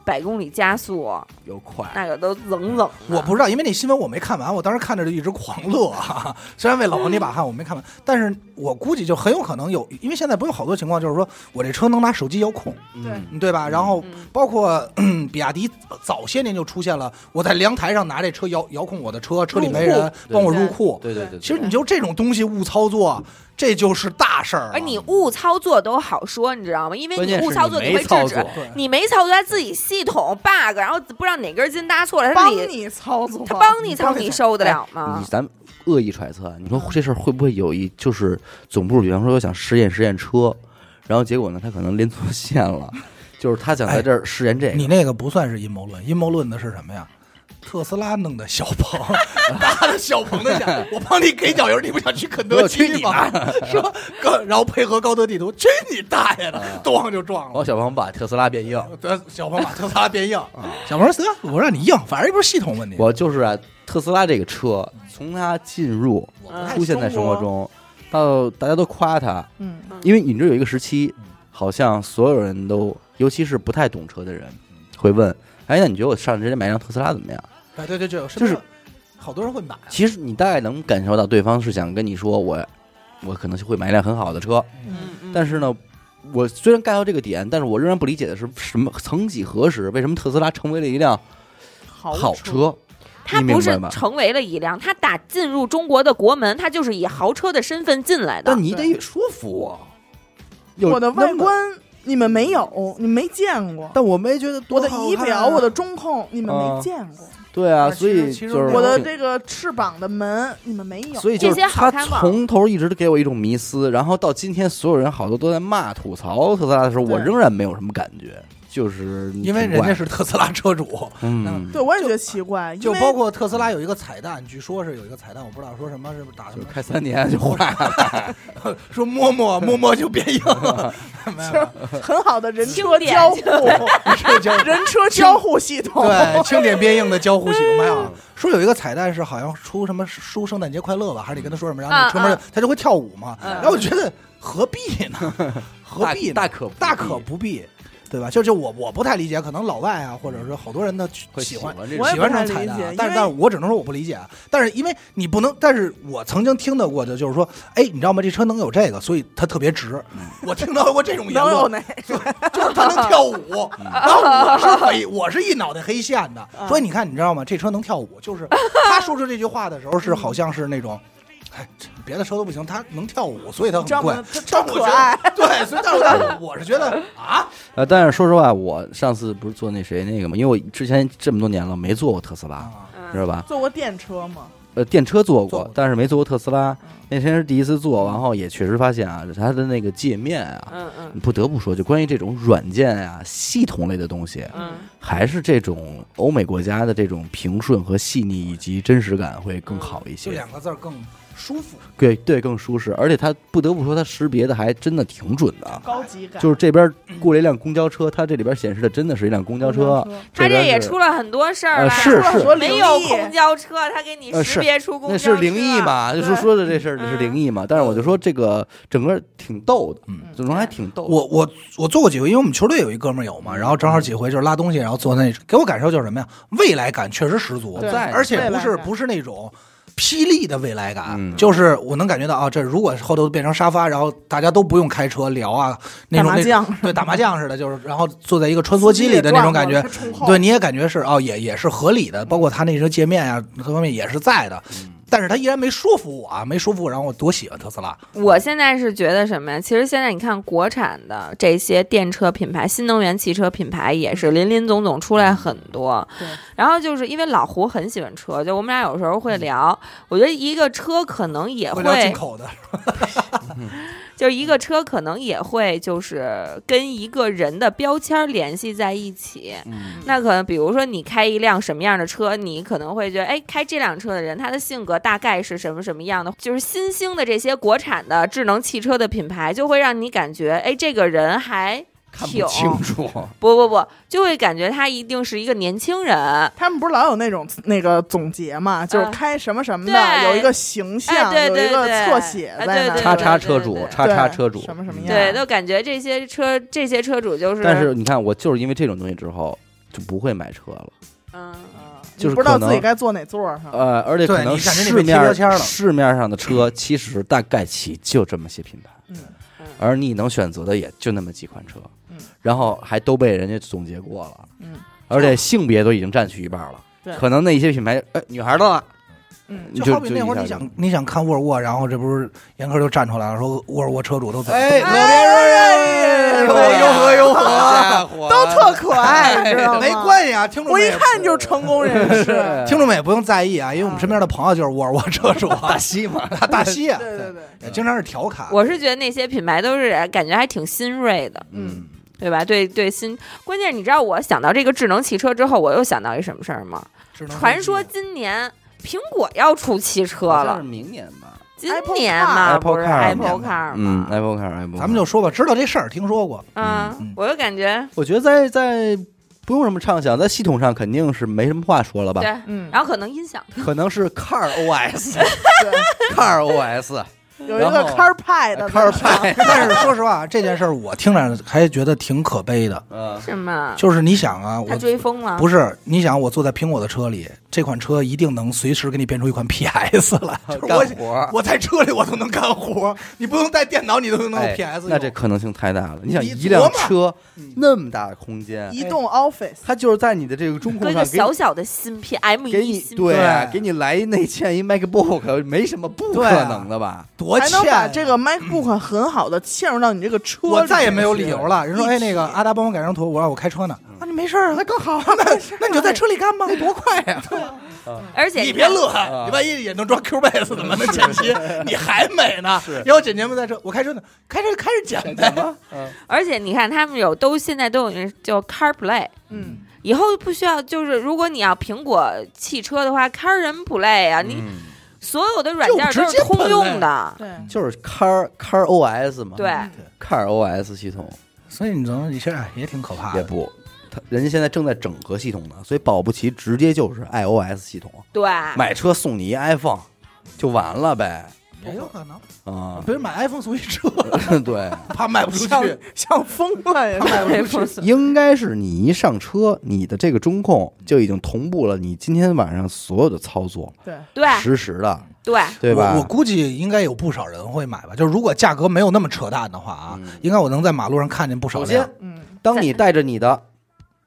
S3: 百公里加速
S1: 又快，
S3: 那个都冷冷的，
S2: 我不知道，因为那新闻我没看完，我当时看着就一直狂乐、啊。虽然为老王捏把汗，我没看完，但是我估计就很有可能有，因为现在不有好多情况，就是说我这车能拿手机遥控，
S5: 对
S1: 嗯，
S2: 对吧？然后
S3: 嗯
S2: 包括、 [CLEARS THROAT] 嗯比亚迪早些年就出现了，我在凉台上拿这车遥遥控我的车，车里没人，帮我入库。
S1: 对对对，对
S2: 其实你就这种东西误操作，这就是大事儿了。
S3: 而哎你误操作都好说，你知道吗？因为
S1: 关键是
S3: 误操作
S1: 你
S3: 会
S1: 没
S3: 制
S1: 操
S3: 止
S1: 作，，
S2: 对
S3: 你没操作，他自己系统 bug，然后不知道哪根筋搭错了，他
S5: 帮
S3: 自己
S5: 你操作，
S3: 他帮你操，
S5: 帮
S3: 你受得
S5: 哎
S3: 了
S1: 你
S3: 吗？
S1: 咱们恶意揣测，啊你说这事儿会不会有一就是总部，比方说想试验试验车，然后结果呢，他可能连错线了，就是他想在这儿试验这个，
S2: 你那个不算是阴谋论，阴谋论的是什么呀？特斯拉弄的小
S1: [LAUGHS]
S2: 鹏，搭的小鹏的下，我帮你给脚油，你不想去肯德基
S1: 我去你
S2: 吗？ [LAUGHS] 是吧？高，然后配合高德地图，去你大爷的，
S1: 啊
S2: 咣就撞
S1: 老
S2: 了。
S1: 小鹏把特斯拉变硬，
S2: 得小鹏把特斯拉变硬，小鹏说：“得，我让你硬，反正又不是系统问题。”
S1: 啊我就是啊，特斯拉这个车从它进入
S5: 嗯
S1: 出现在生活中，到大家都夸它，
S5: 嗯，
S1: 因为你这有一个时期，好像所有人都，尤其是不太懂车的人，会问：“哎，那你觉得我上直接买辆特斯拉怎么样
S2: 哎，对对对，身
S1: 就
S2: 边
S1: 是
S2: 好多人会买。？”
S1: 其实你大概能感受到对方是想跟你说我，我可能会买一辆很好的车，
S3: 嗯
S1: 但是呢，我虽然 get 到这个点，但是我仍然不理解的是，什么曾几何时，为什么特斯拉成为了一辆好
S5: 好处，
S1: 车？
S3: 他
S1: 你
S3: 不
S1: 明
S3: 是
S1: 白吗？
S3: 成为了一辆，他打进入中国的国门，他就是以豪车的身份进来的
S1: 但。你得说服我，有
S5: 我的
S1: 那
S5: 外
S1: 么，
S5: 观你们没有，你没见过。
S1: 但我没觉得
S5: 我
S1: 多
S5: 的
S1: 好
S5: 仪
S1: 看
S5: 表，
S1: 啊
S5: 我的中控，你们
S1: 啊
S5: 没见过；
S1: 对啊，
S2: 啊
S1: 所
S2: 其实
S1: 以
S2: 其
S1: 就
S2: 实
S1: 是
S5: 我的
S1: 挺
S5: 这个翅膀的门，你们没有。
S1: 所以就
S3: 这
S1: 是
S3: 些好
S1: 他
S3: 看吗
S1: 从头一直都给我一种迷思，然后到今天所有人好多都在骂吐槽特斯拉的时候，
S5: 对
S1: 我仍然没有什么感觉，就是
S2: 因为
S1: 挺
S2: 人
S1: 怪
S2: 家是特斯拉车主，
S1: 嗯，
S5: 对，我也觉得奇怪，因
S2: 就
S5: 为
S2: 包括特斯拉有一个彩蛋，据说是有一个彩蛋，我不知道说什么，是不是打什
S1: 就
S2: 么
S1: 开三年就坏了， [LAUGHS]
S2: 说摸摸摸摸就变硬了，没有没有
S5: 很好的人
S3: 经
S5: 车
S3: 典
S5: 交互， [LAUGHS]
S2: 社交
S5: 人车交互系 [LAUGHS]
S2: [LAUGHS]
S5: 统，
S2: 对，轻点变硬的交互系统还好。嗯说有一个彩蛋是好像出什么书圣诞节快乐吧，还是你跟他说什么，然后
S3: 啊
S2: 你车门
S3: 啊
S2: 他就会跳舞嘛。
S3: 嗯
S2: 然后我觉得何必呢？何必呢
S1: 大大可不必
S2: 大可不必，对吧？就就我我不太理解，可能老外啊，或者是好多人的
S1: 会
S2: 喜欢
S1: 这种
S5: 我也
S2: 喜
S5: 不
S2: 欢这
S5: 太
S2: 种彩
S5: 理
S2: 蛋
S5: 解
S2: 啊
S5: 因，
S2: 但是
S5: 为
S2: 但是我只能说我不理解啊。但是因为你不能，但是我曾经听到过的就是说，哎，你知道吗？这车能有这个，所以它特别值。我听到过这种言
S5: [LAUGHS] 能有
S2: 论，
S5: 哪
S2: 就是它能跳舞。然后我是黑，我是一脑袋黑线的。
S5: 嗯
S2: 所以你看，你知道吗？这车能跳舞，就是
S5: [LAUGHS]
S2: 他说出这句话的时候是好像是那种。哎，这别的车都不行，它能跳舞，所以它
S5: 你知道
S2: 很贵
S5: 吗。它
S2: 但
S5: 超
S2: 我觉
S5: 可爱
S2: 得，对，所以但是我我是觉得啊，
S1: 呃，但是说实话，我上次不是坐那谁那个嘛，因为我之前这么多年了没坐过特斯拉，知道
S3: 嗯，
S1: 吧？
S5: 坐过电车吗？
S1: 呃，电车坐
S2: 啊坐
S1: 过
S2: 过，
S1: 但是没坐过特斯
S3: 嗯
S1: 拉。那天是第一次坐，然后也确实发现啊，它的那个界面啊，
S3: 嗯嗯
S1: 不得不说，就关于这种软件啊、系统类的东西，
S3: 嗯，
S1: 还是这种
S3: 嗯
S1: 欧美国家的这种平顺和细腻以及真实感会更好一
S2: 就
S1: 些。
S2: 两个字儿更舒服。
S1: 对对更舒适，而且它不得不说它识别的还真的挺准的。啊
S5: 高级感
S1: 就是这边
S3: 嗯
S1: 过了一辆公交车，它这里边显示的真的是一辆公交车。，
S3: 他这
S1: 边
S3: 也
S1: 是
S3: 出了很多事儿
S1: 呃
S3: 了，
S1: 是
S5: 说
S1: 是，
S3: 没有
S5: 灵异
S3: 公交车，他给你
S1: 呃
S3: 识
S1: 是
S3: 别出公
S1: 那
S3: 交车，啊
S1: 是灵异？嘛？就是
S5: 对
S1: 说的这事儿是
S3: 嗯
S1: 灵异嘛？但是我就说这个整个挺逗的，
S2: 嗯
S1: 总之还挺逗的。
S2: 我我我做过几回，因为我们球队有一哥们儿有嘛，然后正
S5: 嗯
S2: 好几回就是拉东西，然后坐那，给我感受就是什么呀？未来感确实十足，
S5: 对
S1: 在
S2: 而且不
S5: 未
S2: 是
S5: 来感
S2: 不是那种霹雳的未来感，
S1: 嗯
S2: 就是我能感觉到啊，这如果后头变成沙发，然后大家都不用开车聊啊，那
S5: 打
S2: 种
S5: 麻
S2: 那种
S5: 将，
S2: 对打麻将似的，就是然后坐在一个穿梭机里的那种感觉，对，你也感觉是哦，也也是合理的，包括他那些界面啊，各方面也是在的，但是他依然没说服我啊，没说服我，然后我多喜欢特斯拉，
S3: 我现在是觉得什么呀？其实现在你看国产的这些电车品牌、新能源汽车品牌也
S2: 嗯
S3: 是林林总总出来很多
S5: 对。
S3: 然后就是因为老胡很喜欢车，就我们俩有时候会聊。我觉得一个车可能
S5: 呃
S3: 也
S2: 嗯会聊进
S3: 会，
S2: 口的，
S3: 就是
S1: 嗯
S3: 一个车可能也会就是跟一个人的标签儿联系在一起。
S1: 嗯
S3: 那可能比如说你开一辆什么样的车，你可能会觉得，哎，开这辆车的人他的性格大概是什么什么样的？就是新兴的这些国产的智能汽车的品牌，就会让你感觉，哎，这个人还
S1: 看
S3: 挺
S1: 不清楚，
S3: 不不不，就会感觉他一定是一个年轻人。
S5: 他们不是老有那种那个总结嘛，就是
S3: 嗯
S5: 开什么什么的，
S3: 对
S5: 有一个形象，
S3: 哎对对
S5: 有一个
S3: 对
S5: 侧写
S3: 哎
S5: 在那
S3: 对
S5: 儿，
S1: 叉
S3: 对
S1: 叉
S3: 对
S1: 车
S3: 对
S1: 主
S3: 对，
S1: 叉叉车主，
S5: 什么什么
S1: 嗯
S5: 样
S3: 对，都感觉这些车这些车主就是，
S1: 但是你看，我就是因为这种东西之后就不会买车了。
S3: 嗯，
S1: 就是
S5: 你不知道
S1: 可能
S5: 自己该坐哪座儿上。
S1: 呃，而且
S2: 对
S1: 可能
S2: 你感觉你
S1: 市
S2: 被贴标签
S1: 面
S2: 了
S1: 市面上的车其实大概起就这么些品牌，
S5: 嗯
S3: 嗯
S1: 而你能选择的也就那么几款车
S5: 嗯，
S1: 然后还都被人家总结过了，
S5: 嗯，
S1: 而且性别都已经占去一半了
S5: 对。
S1: 可能那一些品牌，哎，女孩的了，
S5: 嗯，
S1: 你
S2: 就好比那会
S1: 一
S2: 儿
S1: 下就
S2: 你想你想看沃尔沃，然后这不是严科就站出来了，说沃尔沃车主都怎么
S6: 哎，
S2: 怎
S6: 老
S2: 么
S6: 别
S5: 哎
S6: 说人，呦呵呦呵呦呵，
S5: 都特可爱，知道吗
S2: 哎没关系啊，听众
S5: 我
S2: 们
S5: 一
S2: 也
S5: 看就是成功人士。嗯对 [LAUGHS]
S2: 听众们也不用在意啊，因为我们身边的朋友就是沃尔沃车主啊，大西嘛，大西啊，
S5: 对对，
S2: 也经常是调侃。
S3: 我是觉得那些品牌都是感觉还挺新锐的，
S5: 嗯，
S3: 对吧？对对新，关键你知道我想到这个智能汽车之后，我又想到一什么事儿吗？
S2: 只能
S3: 传说今年苹果要出汽车
S1: 好像是
S3: 了，
S1: 明年吧，
S3: 今
S5: Apple
S3: 年嘛
S1: Car
S3: 不是
S1: Apple
S3: Apple Car
S1: 嗯
S3: 嘛，
S1: ，Apple Car，Apple，
S2: 咱们就说吧，知道这事儿，听说过，嗯
S3: 嗯，我就感觉
S1: 我觉得在在不用什么畅想，在系统上肯定是没什么话说了吧
S3: 对，，
S5: 嗯，
S3: 然后可能音响
S1: 可能是 Car
S3: [LAUGHS]
S1: OS，Car OS，
S5: 有一个
S1: 然后
S5: car pie 的
S1: Car Pie，
S2: 但是说实话，这件事儿我听着还觉得挺可悲的。
S1: 嗯，
S3: 是吗？
S2: 就是你想啊，我
S3: 他追风了，
S2: 不是你想我坐在苹果的车里，这款车一定能随时给你变出一款 PS
S1: [LAUGHS]
S2: 来。就是
S1: 干
S2: 我
S1: 活儿。
S2: 我在车里我都能干活，你不用带电脑，你都能有
S1: 哎
S2: PS 用。
S1: 那这可能性太大了。你想
S2: 你
S1: 一辆
S2: 琢磨嗯
S1: 车那么大的空间，
S5: 移动 office，
S1: 它就是在你的这个中
S3: 搁
S1: 控
S3: 一个
S1: 上给
S3: 小
S1: 你
S3: 小的芯片 M
S1: 给
S3: 一
S1: 你
S3: 芯片，
S1: 对啊，
S2: 对
S1: 给你来一内嵌一 MacBook，没 [LAUGHS] 什么不
S2: 对
S1: 可
S2: 啊
S1: 能的吧？
S2: 多
S5: 还
S2: 欠
S5: 能把
S2: 啊！
S5: 这个 MacBook 很好的嵌入到你这个车里，
S2: 我再也没有理由了。人说，
S5: 一嗯
S2: 哎，
S5: 体
S2: 那个阿达帮我改张图，我让我开车呢。啊，你没事儿，那更好啊，那那你就在车里干吧，多快
S5: [LAUGHS]
S2: 呀！
S3: 而且
S2: 你别乐
S1: 啊，
S2: 你万一也能装 Q 贝斯怎么
S1: [LAUGHS]
S2: 能剪辑？你还美呢？然后剪节目在车，我开车呢，开车开始剪呗。
S3: 而且你看他们有都现在都有叫 CarPlay。
S5: 嗯，
S3: 以后不需要，就是如果你要苹果汽车的话，Car 人 Play 啊，你
S1: 嗯，
S3: 所有的软
S2: 就
S3: 件
S2: 直
S3: 都是
S2: 接
S3: 通
S2: 喷
S3: 用
S2: 嘞
S3: 的，
S5: 对，
S1: 就是嗯 Car Car OS 嘛，
S3: 对，
S1: ，Car OS 系统
S2: 所以你能，你现在也挺可怕
S1: 也
S2: 的。
S1: 不，它人家现在正在整合系统呢，所以保不齐直接就是 iOS 系统，
S3: 对，
S1: 买车送你一 iPhone 就完了呗，
S2: 也有可能，
S1: 啊， [LAUGHS]
S2: 比如买 iPhone 送一车，
S1: 对，
S2: 怕卖不出
S5: 像
S2: 去。
S5: 像疯了也是，
S3: 对不是
S1: 应该是你一上车，你的这个中控就已经同步了你今天晚上所有的操作，
S5: 对，
S3: [LAUGHS] 对
S1: 实时的，
S3: 对，
S1: 对吧？
S2: 我我估计应该有不少人会买吧，就是如果价格没有那么扯淡的话啊，
S1: 嗯
S2: 应该我能在马路上看见不少
S1: 首
S2: 辆
S1: 先。，
S5: 嗯，
S1: 当你带着你的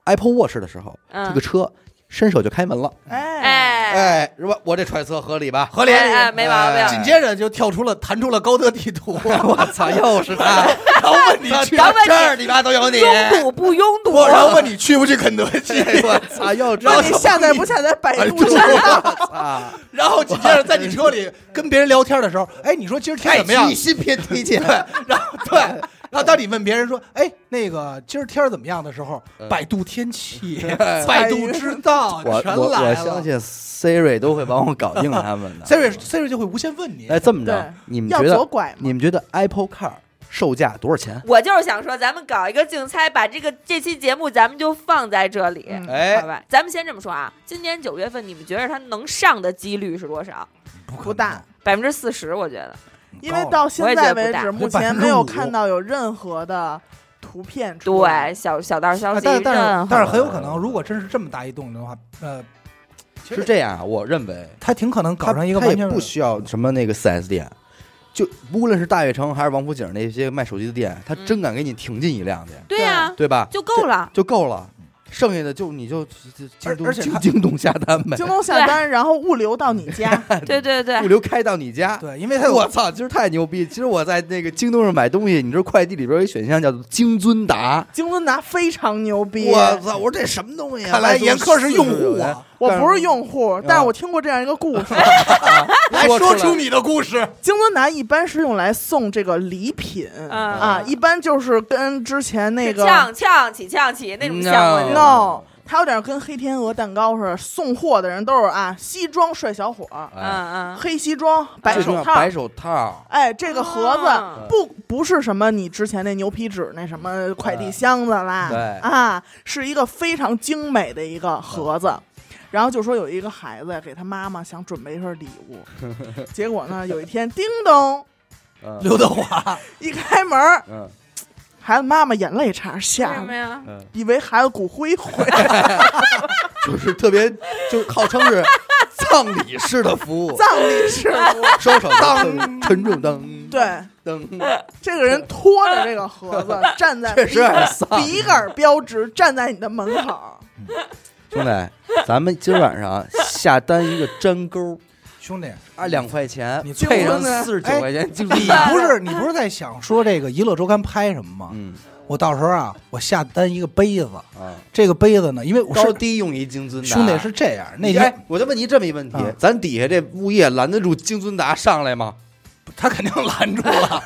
S1: Apple Watch 的时候，这
S3: 嗯
S1: 个，车伸手就开门了，
S5: 哎，
S3: 哎，
S1: 哎，是吧？我这揣测合理吧？
S2: 合
S3: 哎哎没毛病
S1: 哎
S2: 紧接着就跳出了弹出了高德地 [LAUGHS] 图，
S1: [LAUGHS] 我操，又是他！
S2: 然后问你去
S3: 然后问你
S2: 这儿，你妈都有你。
S3: 拥堵不拥堵？
S2: 我然后问你去不去肯德基，
S1: [LAUGHS] 我操，又知
S5: 那
S1: 道
S5: 你下载不下载百
S2: 哎
S5: 度？
S1: 啊？
S2: 然后紧接着在你车里跟别人聊天的时候，哎，你说今儿天怎么样？
S6: 新片推荐，
S2: 然后 [LAUGHS] 对，然后当你问别人说，哎，那个今儿天儿怎
S1: [LAUGHS]
S2: 么样的时候，百度天气、百度知道
S1: 我嗯
S2: 全
S1: 哎我我
S2: 来了
S1: 相。信 Siri 都会帮我搞定他们的。
S2: Siri Siri 就会无限问你，
S1: 哎，这么着
S5: 对，
S1: 你们
S5: 要
S1: 觉
S5: 左
S1: 得
S5: 拐吗？
S1: 你们觉得 Apple Car 售价多少钱？
S3: 我就是想说，咱们搞一个竞猜，把这个这期节目咱们就放在这里，
S5: 嗯
S6: 哎
S3: 好，吧？咱们先这么说啊，今年九月份你们觉得它能上的几率是多少？
S5: 不大，
S3: 百分之四十，我觉得。
S1: 嗯
S5: 因为到现在为
S3: 我也觉
S5: 止，
S3: 得
S5: 目前没有看到有任何的图片出来。
S3: 对，小小道消
S2: 啊
S3: 息
S2: 但但
S3: 任
S2: 是
S3: 何
S2: 但是很有可
S1: 嗯
S2: 能，如果真是这么大一动的话，呃，
S1: 是这样啊，我认为
S2: 他挺可能搞
S1: 它
S2: 成一个
S1: 它
S2: 完
S1: 也
S2: 全
S1: 不需要什么那个 4S 店，就无论是大悦城还是王府井那些卖手机的店，他真敢给你停进一辆
S2: 嗯
S1: 去，
S3: 对呀、
S1: 对吧？
S3: 就够了。
S1: 就够了，剩下的就你就就京
S2: 而
S1: 东
S2: 且
S1: 京
S2: 它
S1: 京东下单呗
S5: 京，东下单，然后物流到你家，
S3: 对对对
S1: 物，流开到你家。
S2: 对，因为他有
S1: 我操，今儿太牛逼！今儿我在那个京东上买东西，你知道快递里边有一选项叫做京尊达，
S5: 京东达非常牛逼。
S1: 我操！我说这什么东西啊？
S2: 看来严苛是用户
S1: 啊
S2: 啊！
S5: 我不是用户，但是我听过这样一个故事。
S2: 来
S1: 说
S2: 说
S1: 出
S2: 出
S1: 来
S2: 你的
S1: [LAUGHS]
S2: 故事，
S5: 京东达一般是用来送这个礼品
S3: 嗯
S5: 啊，一般就是跟之前那个
S3: 呛呛起呛起那种项
S1: No
S3: 目就，
S5: no，它有点跟黑天鹅蛋糕似的，送货的人都是啊西装帅小伙儿，
S1: 哎，
S3: 嗯嗯，
S5: 黑西装白
S1: 最重
S5: 手
S1: 要
S5: 套，
S1: 白手套，
S5: 哎，这个盒子、
S3: 啊
S5: 不不是什么你之前那牛皮纸那什么快递箱子啦，
S1: 哎对
S5: 啊，是一个非常精美的一个盒子。然后就说有一个孩子给他妈妈想准备一份礼物，结果呢有一天叮咚
S1: 嗯
S2: 刘德华，
S5: 一开门儿，
S1: 嗯
S5: 孩子妈妈眼泪差点
S3: 为
S5: 下
S3: 什么
S5: 来，
S3: 哎呀？
S1: 嗯，
S5: 以为孩子骨灰回
S3: [LAUGHS]
S5: 来
S1: 就是特别，就是号称是葬礼式的服 [LAUGHS] 务，
S5: 葬礼是不？
S1: 双手当沉重当
S5: 对，
S1: 当，
S5: 这个人拖着这个盒子站在
S1: 确实有点丧。
S5: 笔杆标志站在你的门口，
S1: 兄弟，咱们今儿晚上啊下单一个粘钩，
S2: [LAUGHS] 兄弟，
S1: 按两块钱
S2: 你
S1: 配上
S5: 京东的
S1: 四十九
S2: 哎
S1: 块钱京东 [LAUGHS]
S2: 你
S1: 达，
S2: 不是你不是在想说这个《娱乐周刊》拍什么吗？
S1: 嗯
S2: 我到时候啊，我下单一个杯子，
S1: 啊，
S2: 这个杯子呢，因为我
S1: 高
S2: 是
S1: 低用一京尊达，
S2: 兄弟是这样，那
S1: 你
S2: 天
S1: 哎，我就问你这么一问题
S2: 啊，
S1: 咱底下这物业拦得住京尊达上来吗？
S2: 他肯定拦住了，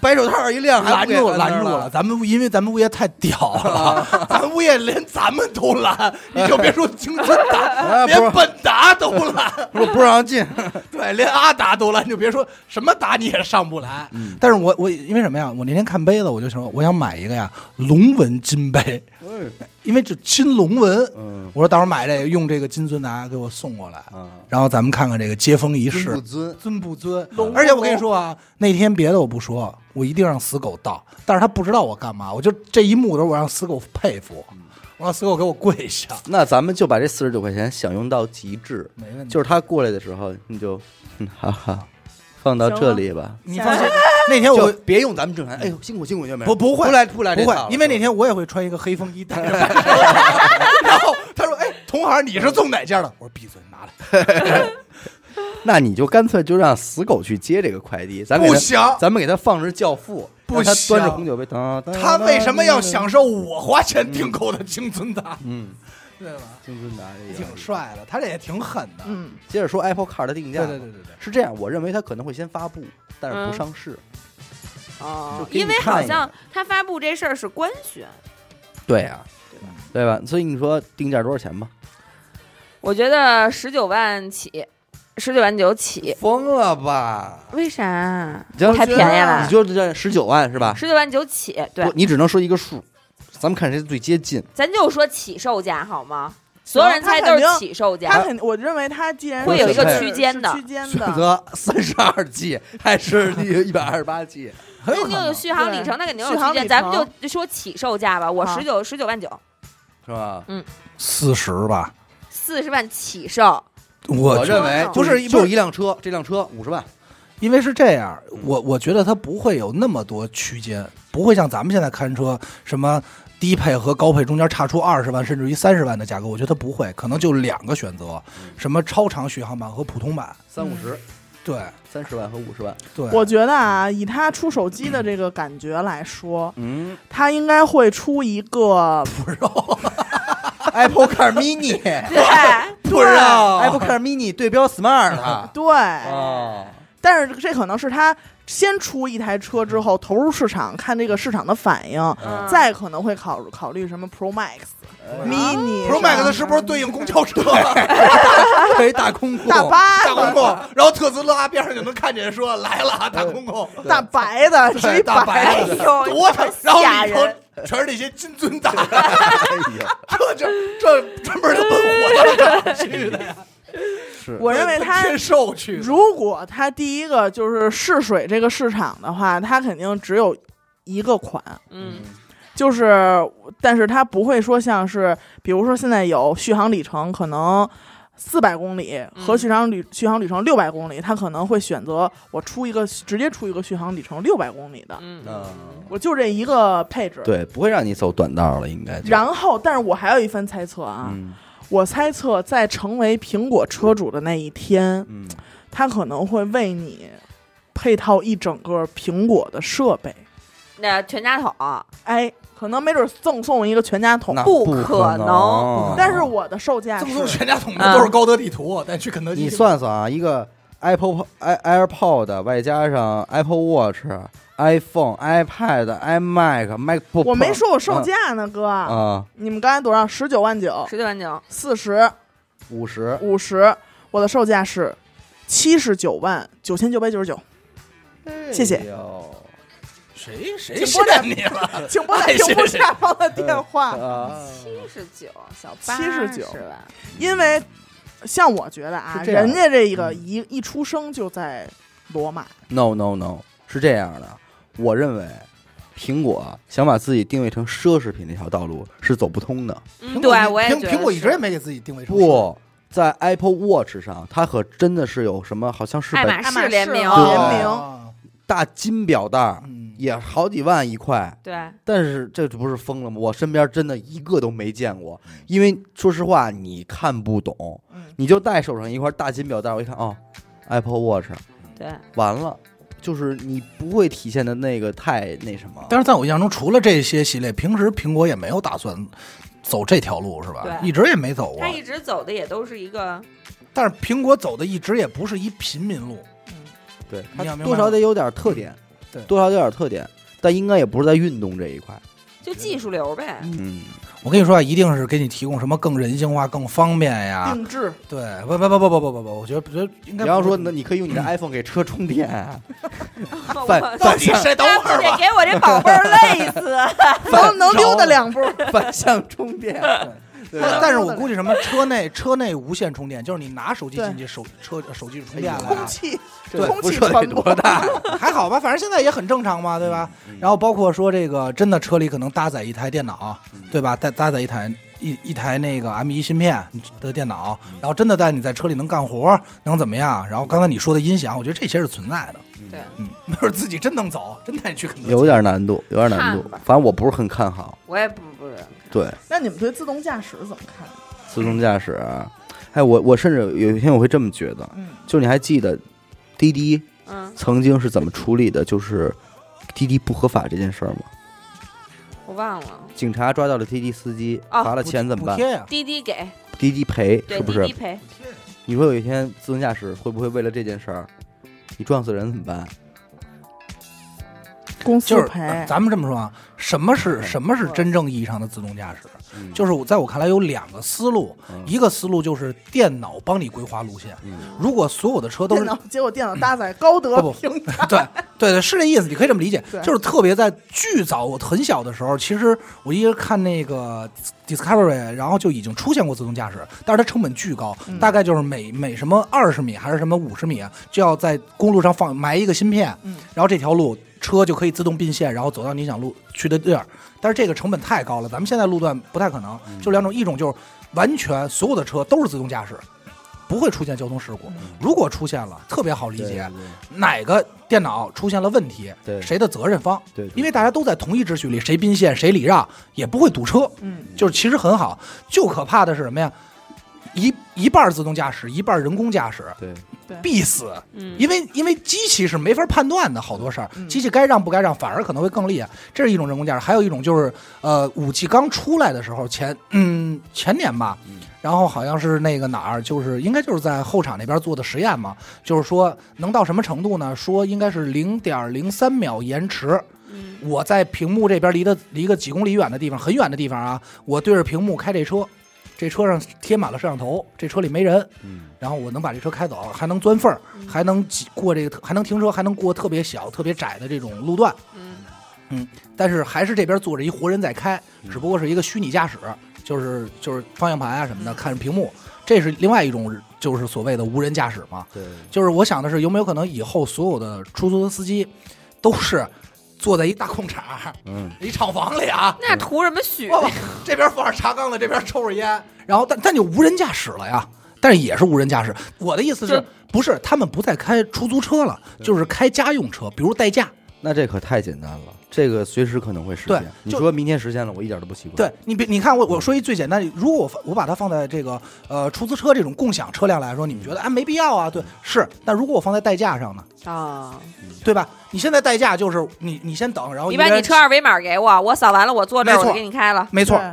S1: 白手套一亮，还
S2: [LAUGHS] 拦
S1: 不给
S2: 住
S1: 那儿
S2: 拦住
S1: 了啊
S2: 了。。咱们因为咱们物业太屌了， [LAUGHS] 咱们物业连咱们都
S1: [LAUGHS]
S2: 拦，你就别说京津达，
S1: 啊
S2: 连
S1: 不是
S2: 本达都拦， [LAUGHS]
S1: 我不让 [LAUGHS] 进，
S2: 对，连阿达都拦，就别说什么达你也上不来。
S1: 嗯
S2: 但是我我因为什么呀？我那天看杯子，我就想说我想买一个呀龙纹金杯， [LAUGHS] 因为就金龙纹。
S1: 嗯
S2: 我说到时候买这个，用这个金尊达给我送过来，
S1: 啊，
S2: 然后咱们看看这个接风仪
S1: 是
S2: 式
S1: 不。尊，
S2: 尊不尊
S5: 龙？
S2: 而且我跟你说啊，那天别的我不说，我一定让死狗到，但是他不知道我干嘛，我就这一幕都我让死狗佩服我，我让死狗给我跪下， [LAUGHS]
S1: 那咱们就把这四十九块钱享用到极致。
S2: 没问题。
S1: 就是他过来的时候，你就，嗯，好好，放到这里吧。
S2: 你放心，那天
S1: 就
S2: 我
S1: 别用咱们正常，哎呦，辛苦辛苦，兄弟们，
S2: 不不会
S1: 不来不来这
S2: 不
S1: 套
S2: 会
S1: 了，
S2: 因为那天我也会穿一个黑风 [LAUGHS] 衣，戴着白手套然后他说：“哎，同行，你是送哪件的？”我说：“闭嘴，拿来。
S1: 那你就干脆就让死狗去接这个快递，咱”给
S2: 不
S1: 他，
S2: 行，
S1: 咱们给他放置教父，
S2: 不
S1: 让他
S2: 行
S1: 端着红酒杯，当当
S2: 他为什么要享受我花钱订购的青春达？
S1: 嗯，
S2: 对吧？
S1: 金尊达这个
S2: 挺。帅的，他这也挺狠的。
S5: 嗯，
S1: 接着说 Apple Car 的定
S2: 对
S1: 价，
S2: 对对对对，
S1: 是这样，我认为它可能会先发布，但是
S3: 嗯
S1: 不上市。
S3: 哦
S1: 就，给你
S3: 因为
S1: 看
S3: 好
S1: 一
S3: 像他发布这事儿是官宣，
S1: 对啊，对吧？所以你说定价多少钱吧？
S3: 我觉得十九万起，十九万九起，
S1: 疯了吧？
S3: 为啥啊
S1: 你？就
S3: 太便宜
S1: 你
S3: 了，
S1: 就这十九万是吧？
S3: 十九万九起，对
S1: 不，，你只能说一个数，咱们看谁最接近。
S3: 咱就说起售价好吗？所有人猜都是起售
S5: 他
S3: 价，
S5: 肯，我认为他既然
S3: 会
S1: 有一个
S5: 是
S3: 区间的
S5: 是区间
S1: 选
S5: 的，
S1: 择三十二 G [LAUGHS] 还是一百二十八 G？
S2: 很有
S3: 肯
S2: 可
S3: 定
S2: 能
S3: 有。续航里程，那肯定有区
S5: 续航
S3: 间，
S5: 里程
S3: 咱们就说起售价吧。我
S5: 好
S3: 十九十九万九，
S1: 是吧？
S2: 四十吧，
S3: 四十万起售，
S2: 我
S1: 我
S2: 觉
S1: 认为
S2: 不是
S1: 就
S2: 不
S1: 是
S2: 是
S1: 一辆车，这辆车五十万，
S2: 因为是这样，我我觉得它不会有那么多区间，不会像咱们现在看车什么低配和高配中间差出二十万甚至于三十万的价格，我觉得它不会，可能就两个选择，什么超长续航版和普通版。
S1: 三五十，
S3: 嗯
S2: 对
S1: 三十万和五十万。
S2: 对，
S5: 我觉得啊，以他出手机的这个感觉来说，
S1: 嗯
S5: 他应该会出一个
S2: [LAUGHS]
S1: ，Apple Car Mini
S3: 对，
S2: 不知道
S1: 啊
S3: 哎哎
S1: Apple Car Mini 对标 Smart 了。
S5: 对，但是这可能是他先出一台车之后投入市场，看这个市场的反应，
S3: 嗯
S5: 再可能会考考虑什么 Pro Max、Mini、
S1: 哎
S3: 啊
S2: Pro Max 是不是对应公交车？ [LAUGHS] 可以大公共、
S5: 大巴
S2: 大公共，然后特斯拉边上就能看见说来了啊，大公共，
S5: 大白的？
S2: 对
S5: 谁
S2: 大
S5: 白
S2: 白
S5: 的？
S3: [LAUGHS]
S2: 的，
S3: 哎呦
S2: 多大？然后
S3: 吓
S2: 里头
S3: 人
S2: 全是那些金尊 [LAUGHS] 大，哎这这这专门就奔火葬场去的呀，
S5: 我认为他
S2: 奔天寿去的。
S5: 如果它第一个就是试水这个市场的话，它肯定只有一个款，
S3: 嗯
S5: 就是，但是它不会说像是，比如说现在有续航里程可能四百公里和
S3: 嗯
S5: 续航旅、续航里程六百公里，它可能会选择我出一个直接出一个续航里程六百公里的，
S3: 嗯，
S1: 嗯，
S5: 我就这一个配置。
S1: 对，不会让你走短道了，应该就。
S5: 然后，但是我还有一番猜测啊，
S1: 嗯
S5: 我猜测在成为苹果车主的那一天，
S1: 嗯，
S5: 它可能会为你配套一整个苹果的设备，
S3: 那全家桶
S5: 哎，可能没准赠送一个全家桶
S1: 那。
S3: 不可
S1: 可
S3: 能
S5: 但是我的售
S3: 啊
S5: 价
S2: 哦赠
S5: 是
S2: 送全家桶的
S3: 嗯
S2: 都是高德地图，啊但去肯德基
S1: 你算算啊，一个 Apple i AirPod 外加上 Apple Watch、iPhone、iPad、iMac、MacBook，
S5: 我没说我
S2: 嗯
S5: 售价呢，哥，
S1: 啊，
S5: 你们刚才多少？十九万九，
S3: 十九万九，
S5: 四十
S1: 五十
S5: 五十，我的售价是七十九万九千九百九十九，谢谢。
S2: 谁谁
S5: 这
S2: 信
S5: 波点
S2: 你
S3: [LAUGHS]
S2: 了？
S5: 请拨打
S2: 哎嗯
S5: 屏幕
S2: 谢谢
S5: 下方的电话，
S1: 啊，
S3: 七十九小八
S5: 79
S3: 是吧？
S5: 因为像我觉得啊，
S1: 是这样
S5: 人家这个
S2: 嗯
S5: 一一出生就在罗马，
S1: No no no，是这样的，我认为苹果想把自己定位成奢侈品这条道路是走不通的。
S3: 嗯，对，我也
S2: 苹
S3: 觉得
S2: 苹果一直
S3: 是
S2: 也没给自己定位成奢侈
S1: 不在 Apple Watch 上，它可真的是有什么，好像是
S3: 爱
S1: 本
S3: 马
S5: 爱
S3: 仕
S5: 马仕
S3: 哎联名，
S5: 和
S1: 联
S5: 名
S2: 啊
S1: 大金表带儿，
S2: 嗯，
S1: 也好几万一块。
S3: 对，
S1: 但是这不是疯了吗？我身边真的一个都没见过，因为说实话，你看不懂，
S5: 嗯，
S1: 你就戴手上一块大金表带儿，我一看哦，Apple Watch，
S3: 对，
S1: 完了，就是你不会体现的那个太那什么。
S2: 但是在我印象中，除了这些系列，平时苹果也没有打算走这条路，是吧？
S3: 对
S2: 一直也没走过
S3: 他。一直走的也都是一个，
S2: 但是苹果走的一直也不是一平民路，
S1: 对，
S2: 你要
S1: 它
S2: 明白嗯
S1: 多少得有点特点，
S2: 对
S1: 多少有点特点，但应该也不是在运动这一块。
S3: 就技术流
S2: [LAUGHS]
S3: 呗。
S1: 嗯，
S2: 我跟你说啊，一定是给你提供什么更人性化、更方便呀。
S5: 定制
S2: 对，不不不不不不不不，我觉得觉得应该。
S1: 然后说，那，你可以用你的 iPhone 给车充电 [LAUGHS] 啊，
S3: 我
S1: 反
S3: [LAUGHS] 那
S2: 到底谁等
S3: 不
S2: 会儿
S3: 得
S2: 吧？
S3: 给我这宝
S2: [LAUGHS]
S3: 贝儿累死？
S5: 能能溜达两步，
S1: 反向充电。对啊吧
S2: 但但是我估计什么车内车内无线充电，就是你拿手机进去，手车手机
S1: 哎
S2: 就充电了
S5: 空
S2: 呀。
S5: 气
S1: 这
S5: 空
S1: 辐
S5: 气
S1: 射
S5: 传
S1: 得
S5: 播
S1: 多大？
S2: 还好吧，反正现在也很正常嘛，对吧？
S1: 嗯
S2: 然后包括说这个真的车里可能搭载一台电脑，
S1: 嗯
S2: 对吧？搭搭载一台一一台那个 M1 芯片的电脑，
S1: 嗯
S2: 然后真的在你在车里能干活，能怎么样？然后刚才你说的音响，我觉得这些是存在的，
S3: 对，
S2: 嗯， [LAUGHS] 没准自己真能走，真带你去肯德基。
S1: 有点难度，有点难度
S3: 看吧。
S1: 反正我不是很看好。
S3: 我也不不是，
S1: 对，
S5: 那你们对自动驾驶怎么看？
S1: 自动驾驶啊，哎，我我甚至有一天我会这么觉得，
S5: 嗯，
S1: 就是你还记得滴滴
S3: 嗯，
S1: 曾经是怎么处理的，就是滴滴不合法这件事儿吗？
S3: 我忘了。
S1: 警察抓到了滴滴司机，
S3: 啊
S1: 罚了
S2: 补
S1: 钱怎么
S2: 补
S1: 办？
S2: 贴呀，
S3: 滴滴给，
S1: 滴滴赔
S3: 对，
S1: 是不
S3: 滴
S1: 是
S3: 滴？赔，
S1: 你说有一天自动驾驶会不会为了这件事儿，你撞死人怎么办？
S5: 公司
S2: 就是
S5: 赔，嗯
S2: 咱们这么说啊，什么是什么是真正意义上的自动驾驶？
S1: 嗯
S2: 就是我在我看来有两个思路，
S1: 嗯
S2: 一个思路就是电脑帮你规划路线，
S1: 嗯
S2: 如果所有的车都
S5: 电
S2: 是
S5: 脑结果电脑搭载高德
S2: 不不
S5: 平台，
S2: [LAUGHS] 对对对，是这意思，你可以这么理解
S5: 对，
S2: 就是特别在巨早我很小的时候，其实我一直看那个 Discovery，然后就已经出现过自动驾驶，但是它成本巨高，
S5: 嗯
S2: 大概就是每每什么二十米还是什么五十米啊，就要在公路上放埋一个芯片，
S5: 嗯
S2: 然后这条路车就可以自动并线，然后走到你想路去的地儿。但是这个成本太高了，咱们现在路段不太可能。就两种，一种就是完全所有的车都是自动驾驶，不会出现交通事
S5: 嗯
S2: 故。如果出现了，特别好理解。啊哪个电脑出现了问题，
S1: 对
S2: 谁的责任方？
S1: 对对
S2: 因为大家都在同一秩序里，谁宾线谁礼让，也不会堵车，
S5: 嗯，
S2: 就是其实很好。就可怕的是什么呀？一一半儿自动驾驶，一半儿人工驾驶，
S1: 对
S5: 对
S2: 必死，
S3: 嗯，
S2: 因为因为机器是没法判断的，好多事儿，
S5: 嗯
S2: 机器该让不该让，反而可能会更厉害。这是一种人工驾驶，还有一种就是呃，武器刚出来的时候，前嗯前年吧，然后好像是那个哪儿，就是应该就是在后场那边做的实验嘛，就是说能到什么程度呢？说应该是零点零三秒延迟。
S3: 嗯
S2: 我在屏幕这边离的离个几公里远的地方，很远的地方啊，我对着屏幕开这车，这车上贴满了摄像头，这车里没人，
S1: 嗯
S2: 然后我能把这车开走，还能钻缝儿，
S3: 嗯
S2: 还能挤过这个，还能停车，还能过特别小、特别窄的这种路段。
S3: 嗯
S2: 但是还是这边坐着一活人在开，只不过是一个虚拟驾驶，就是就是方向盘啊什么的，看着屏幕。这是另外一种，就是所谓的无人驾驶嘛。
S1: 对，
S2: 就是我想的是，有没有可能以后所有的出租车司机都是坐在一大空场儿、
S1: 嗯，
S2: 一厂房里啊，
S3: 那图什么许？
S2: 哇，这边放着茶缸子，这边抽着烟，然后但但就无人驾驶了呀。但是也是无人驾驶。我的意思是
S3: 这
S2: 不是他们不再开出租车了，就是开家用车，比如代驾。
S1: 那这可太简单了，这个随时可能会实
S2: 对
S1: 现。你
S2: 就
S1: 说明天实现了，我一点都不奇怪。
S2: 对，你别你看我我说一最简单的，如果我放我把它放在这个呃出租车这种共享车辆来说，你们觉得啊没必要啊？对，是。那如果我放在代驾上呢，
S3: 啊！
S2: 对吧？你现在代驾就是你你先等，然后
S3: 你
S2: 一
S3: 把
S2: 边
S3: 你车二维码给我，我扫完了，我坐这
S2: 没
S3: 儿，
S2: 错
S3: 我就给你开了。
S2: 没错
S5: 对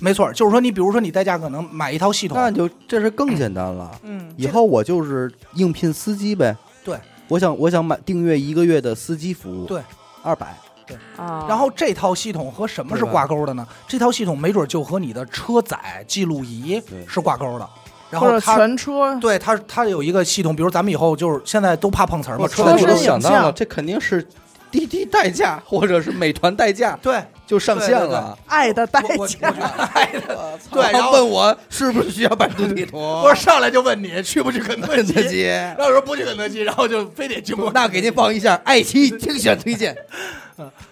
S2: 没错，就是说你比如说你代驾可能买一套系统，啊
S1: 那就这是更简单了。
S5: 嗯，
S1: 以后我就是应聘司机呗。
S2: 对，
S1: 我想我想买订阅一个月的司机服务。
S2: 对，
S1: 二百。
S3: 啊，
S2: 然后这套系统和什么是挂钩的呢？这套系统没准就和你的车载记录仪
S1: 对
S2: 是挂钩的，然
S5: 或
S2: 后
S5: 者
S2: 它
S5: 全车
S2: 对它它有一个系统，比如咱们以后就是现在都怕碰瓷儿嘛，
S1: 我
S2: 车
S5: 车
S1: 我
S5: 身
S1: 都
S5: 有
S1: 想到
S5: 像
S1: 了，这肯定是滴滴代驾或者是美团代驾
S5: [LAUGHS]
S2: 对
S1: 就上线了。
S5: 爱的代
S2: 我我
S5: 价，
S2: [LAUGHS] 对，然后
S1: 问我是不是需要百度地
S2: [LAUGHS]
S1: 图？
S6: 我上来就问你去不去肯德
S1: 肯德
S6: 基，
S1: 基，
S6: 然后说不去肯德基，然后就非得经过
S1: 那给您放一下爱奇艺精选推荐。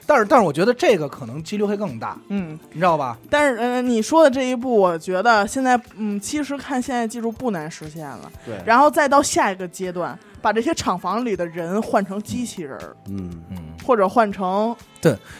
S2: 但是但是我觉得这个可能几率会更大，
S5: 嗯。
S2: 你知道吧？
S5: 但是，嗯、你说的这一步，我觉得现在，嗯，其实看现在技术不难实现了。
S1: 对
S5: 然后再到下一个阶段，把这些厂房里的人换成机器人儿，
S1: 嗯，
S2: 嗯，
S5: 或者换成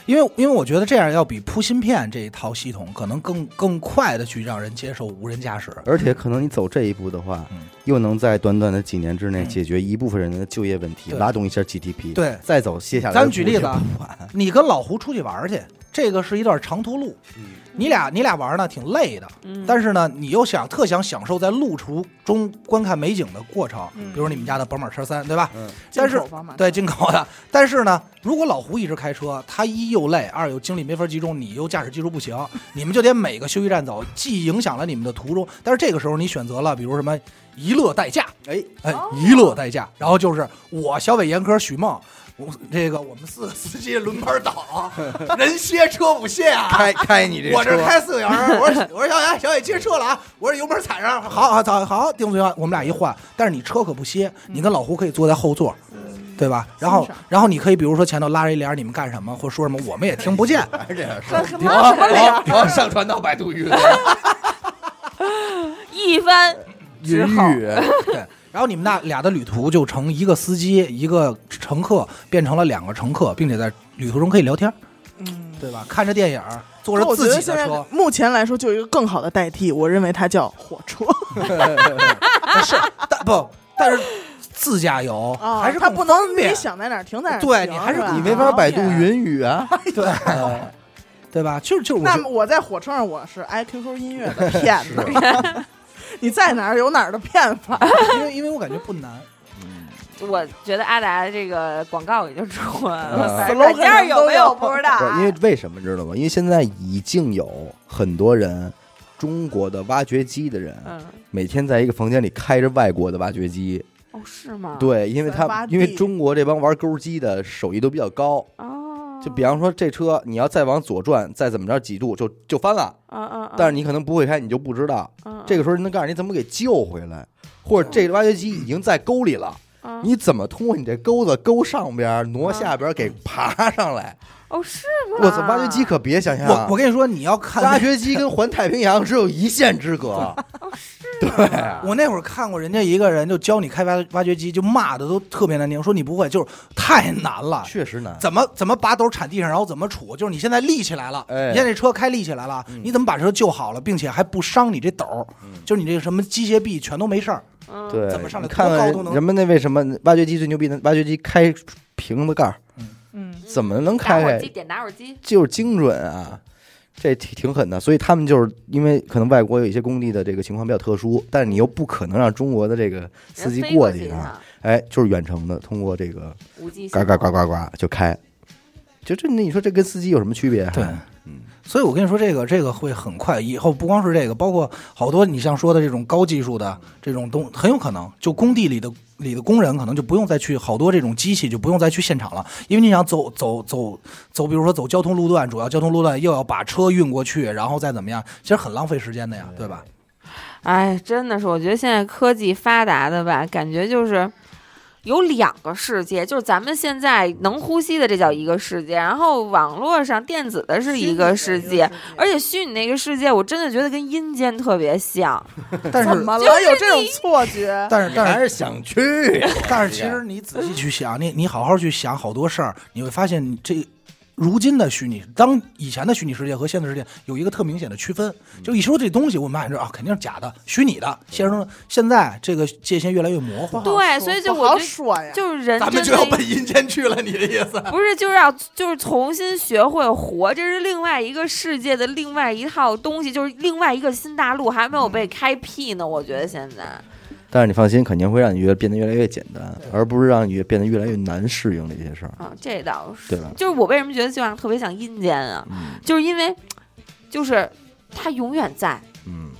S2: 因为因为我觉得这样要比铺芯片这一套系统可能更更快的去让人接受无人驾驶。
S1: 而且可能你走这一步的话
S2: 嗯，
S1: 又能在短短的几年之内解决一部分人的就业问题，
S2: 对
S1: 拉动一下 GDP。
S2: 对
S1: 再走接下来的
S2: 咱
S1: 路
S2: 们
S1: 就
S2: 举
S1: 不完，
S2: 例子啊你跟老胡出去玩儿去，这个是一段长途路，
S1: 嗯
S2: 你俩你俩玩儿呢挺累的，嗯
S5: 嗯
S3: 嗯
S2: 但是呢，你又想特想享受在路途中观看美景的过程，
S5: 嗯
S2: 比如你们家的宝马车三，对吧？
S1: 嗯
S5: 进
S2: 但是
S5: 口房嘛。
S2: 对进口的，但是呢，如果老胡一直开车，他一又累，二又精力没法集中，你又驾驶技术不行，你们就得每个休息站走，既影响了你们的途中，但是这个时候你选择了，比如什么一乐代驾，
S1: 哎，
S2: 哎
S5: 哦，
S2: 一乐代驾，然后就是我小伟、严科、许梦，我这个我们四个
S6: 司机轮班倒，人歇车不歇啊。
S1: 开开你这
S6: 我这
S1: 车
S6: 开四个小时，
S2: [LAUGHS]
S6: 我说我说小雅小野接车了啊，我说油门踩上，好，
S2: 好好好好，定罪啊！我们俩一换，但是你车可不歇，你跟老胡可以坐在后座，对吧？然后
S5: 欣赏
S2: 然后你可以比如说前头拉着一帘儿，你们干什么或者说什么，我们也听不见。
S6: 还是这样说。
S5: 那他妈什么脸儿？
S6: 我要上传到百度云，
S3: 一番
S1: 云雨，
S2: 对，然后你们那俩的旅途就成一个司机一个乘客变成了两个乘客，并且在旅途中可以聊天，
S5: 嗯，
S2: 对吧？看着电影儿，坐
S5: 那
S2: 着
S5: 我觉
S2: 自
S5: 得
S2: 己
S5: 现
S2: 的
S5: 在
S2: 车，
S5: 目前来说，就有一个更好的代替，我认为它叫火车，
S2: 不是，但不，但是自驾游
S5: 啊，
S2: 还是
S5: 它
S2: 更
S5: 啊不能
S2: 方便
S5: 你想在哪儿停在哪儿停，
S2: 对你还是
S5: 吧
S1: 你没法百度云雨啊。
S2: 对对吧？就是就是，我
S5: 那
S2: 觉得
S5: 么我在火车上，我是 i QQ 音乐
S2: [LAUGHS]
S5: 的骗子，
S2: 啊
S5: [LAUGHS] 你在哪儿有哪儿的骗法。
S2: 因为因为我感觉不难。
S3: 我觉得阿达这个广告已经出完
S1: 嗯
S3: 了，
S2: 呃
S3: 反正软件儿有没有不知道
S1: 不是
S3: 啊，
S1: 因为为什么知道吗？因为现在已经有很多人，中国的挖掘机的人，
S3: 嗯，
S1: 每天在一个房间里开着外国的挖掘机。
S3: 哦是吗？
S1: 对，因为
S5: 在挖
S1: 他
S5: 地
S1: 因为中国这帮玩钩机的手艺都比较高，
S3: 哦，
S1: 就比方说这车你要再往左转，再怎么着几度就就翻了，
S3: 嗯嗯嗯，
S1: 但是你可能不会开，你就不知道。
S3: 嗯
S1: 这个时候人能告诉你怎么给救回来，或者这个挖掘机已经在沟里了，
S3: 嗯
S1: 你怎么通过你这钩子勾上边儿挪下边儿给爬上来？
S3: 哦是吗？
S1: 我操，挖掘机可别想象啊。
S2: 我我跟你说，你要看
S3: [LAUGHS]
S1: 挖掘机跟环太平洋只有一线之隔，
S3: 哦是啊
S2: 我那会儿看过人家一个人就教你开挖挖掘机，就骂的都特别难听，说你不会就是太难了，
S1: 确实难。
S2: 怎么怎么把斗铲地上，然后怎么杵，就是你现在立起来了，
S1: 哎
S2: 你现在这车开立起来了，你怎么把车救好了，并且还不伤你这斗，就是你这个什么机械臂全都没事儿，
S3: 嗯，
S1: 对，
S2: 怎么上来
S1: 你看
S2: 多高
S1: 看
S2: 都能
S1: 人们那为什么挖掘机最牛逼的？挖掘机开瓶子盖儿，
S5: 嗯，
S1: 怎么能
S3: 打
S1: 开
S3: 火
S1: 开
S3: 机？点打火机，
S1: 就是精准啊，这挺挺狠的。所以他们就是因为可能外国有一些工地的这个情况比较特殊，但是你又不可能让中国的这个司机
S3: 人飞
S1: 过
S3: 去
S1: 去啊，
S3: 呢，
S1: 哎，就是远程的，通过这个
S3: 无机
S1: 嘎嘎嘎嘎嘎就开。就这，那你说这跟司机有什么区别？啊
S2: 对，所以我跟你说，这个这个会很快，以后不光是这个，包括好多你像说的这种高技术的这种东，很有可能就工地里的里的工人可能就不用再去好多这种机器就不用再去现场了，因为你想走走走走，比如说走交通路段，主要交通路段又要把车运过去，然后再怎么样，其实很浪费时间的呀，对吧？
S3: 哎，真的是，我觉得现在科技发达的吧，感觉就是有两个世界，就是咱们现在能呼吸的这叫一个世界，然后网络上电子的是一个世界，而且虚拟那个世界，我真的觉得跟阴间特别像。
S2: 但
S5: 怎
S2: 是
S5: 么
S3: 就
S5: 了？
S3: 是
S5: 有这种错
S3: [LAUGHS]
S5: 觉？ [LAUGHS]
S2: 但是但是
S6: 还是想去，
S2: [LAUGHS] 但是其实你仔细去想，你你好好去想好多事儿，你会发现你这如今的虚拟，当以前的虚拟世界和现实世界有一个特明显的区分。
S6: 嗯
S2: 就一说这东西，我们还知道啊，肯定是假的、虚拟的。现实中的现在这个界限越来越模糊
S5: 不
S2: 了。
S5: 好
S3: 对
S5: 说
S3: 所以就
S5: 不
S3: 我
S5: 好
S3: 就
S5: 说呀，
S3: 就是人
S6: 啊咱们
S3: 真
S6: 就要
S3: 的
S6: 奔阴间去了，你的意思？
S3: 不是就是要就是重新学会活，这是另外一个世界的另外一套东西，就是另外一个新大陆还没有被
S6: 嗯
S3: 开辟呢。我觉得现在
S1: 但是你放心，肯定会让你越变得越来越简单，而不是让你越变得越来越难适应这些事儿，
S3: 啊，这倒是。
S1: 对吧？
S3: 就是我为什么觉得就像特别像阴间啊，
S1: 嗯
S3: 就是因为就是它永远在，
S1: 嗯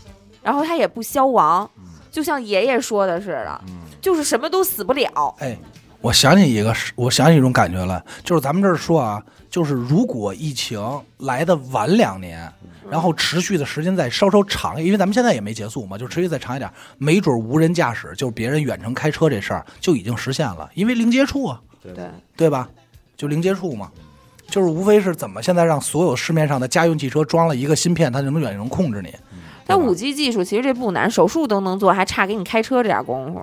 S3: 然后它也不消亡，
S6: 嗯
S3: 就像爷爷说的似的，就是什么都死不了。
S2: 哎，我想起一个事，我想起一种感觉来，就是咱们这儿说啊，就是如果疫情来的晚两年，然后持续的时间再稍稍长，因为咱们现在也没结束嘛，就持续再长一点，没准无人驾驶，就是别人远程开车这事儿就已经实现了，因为零接触啊，
S3: 对，
S2: 对吧？就零接触嘛，就是无非是怎么现在让所有市面上的家用汽车装了一个芯片，它就能远程控制你。
S3: 但五 G 技术其实这不难，手术都能做，还差给你开车这点功夫。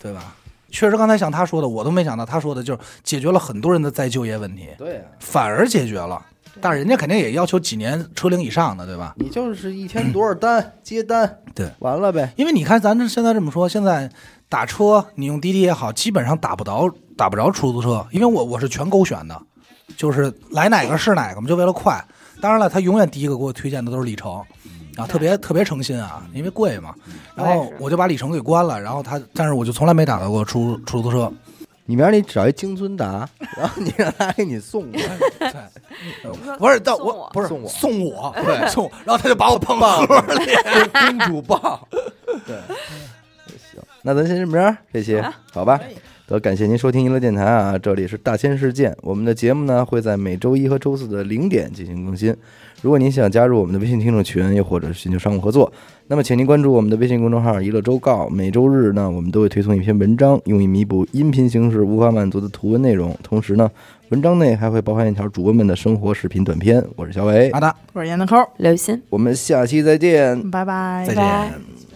S2: 对吧？确实，刚才像他说的，我都没想到，他说的就是解决了很多人的再就业问题，
S1: 对啊，
S2: 反而解决了。但是人家肯定也要求几年车龄以上的，对吧？
S1: 你就是一天多少单接单，
S2: 对，
S1: 完了呗。
S2: 因为你看，咱这现在这么说，现在打车你用滴滴也好，基本上打不着打不着出租车，因为我我是全勾选的，就是来哪个是哪个嘛，就为了快。当然了，他永远第一个给我推荐的都是里程，啊，特别特别诚心啊，因为贵嘛。
S1: 嗯
S2: 然后我就把里程给关了，然后他，但是我就从来没打到过出出租
S1: [LAUGHS]
S2: 车。
S1: 你明儿你找一京尊达，然后你让他给你送过来，
S2: 不是，但
S3: 送
S2: 我
S3: 我
S2: 不是
S1: 送我
S2: 送我，对，送我，然后他就把我碰到了。
S1: [LAUGHS] 公主抱。对，行，那咱先这么着，这期好吧？得感谢您收听娱乐电台啊，这里是大千世界。我们的节目呢会在每周一和周四的零点进行更新。如果您想加入我们的微信听众群，又或者寻求商务合作，那么请您关注我们的微信公众号“娱乐周告”。每周日呢，我们都会推送一篇文章，用以弥补音频形式无法满足的图文内容。同时呢，文章内还会包含一条主播们的生活视频短片。我是小伟
S2: 好，的，
S5: 我是闫德抠，
S3: 刘鑫，
S1: 我们下期再见。
S5: 拜拜
S2: 再
S3: 拜拜
S2: 见。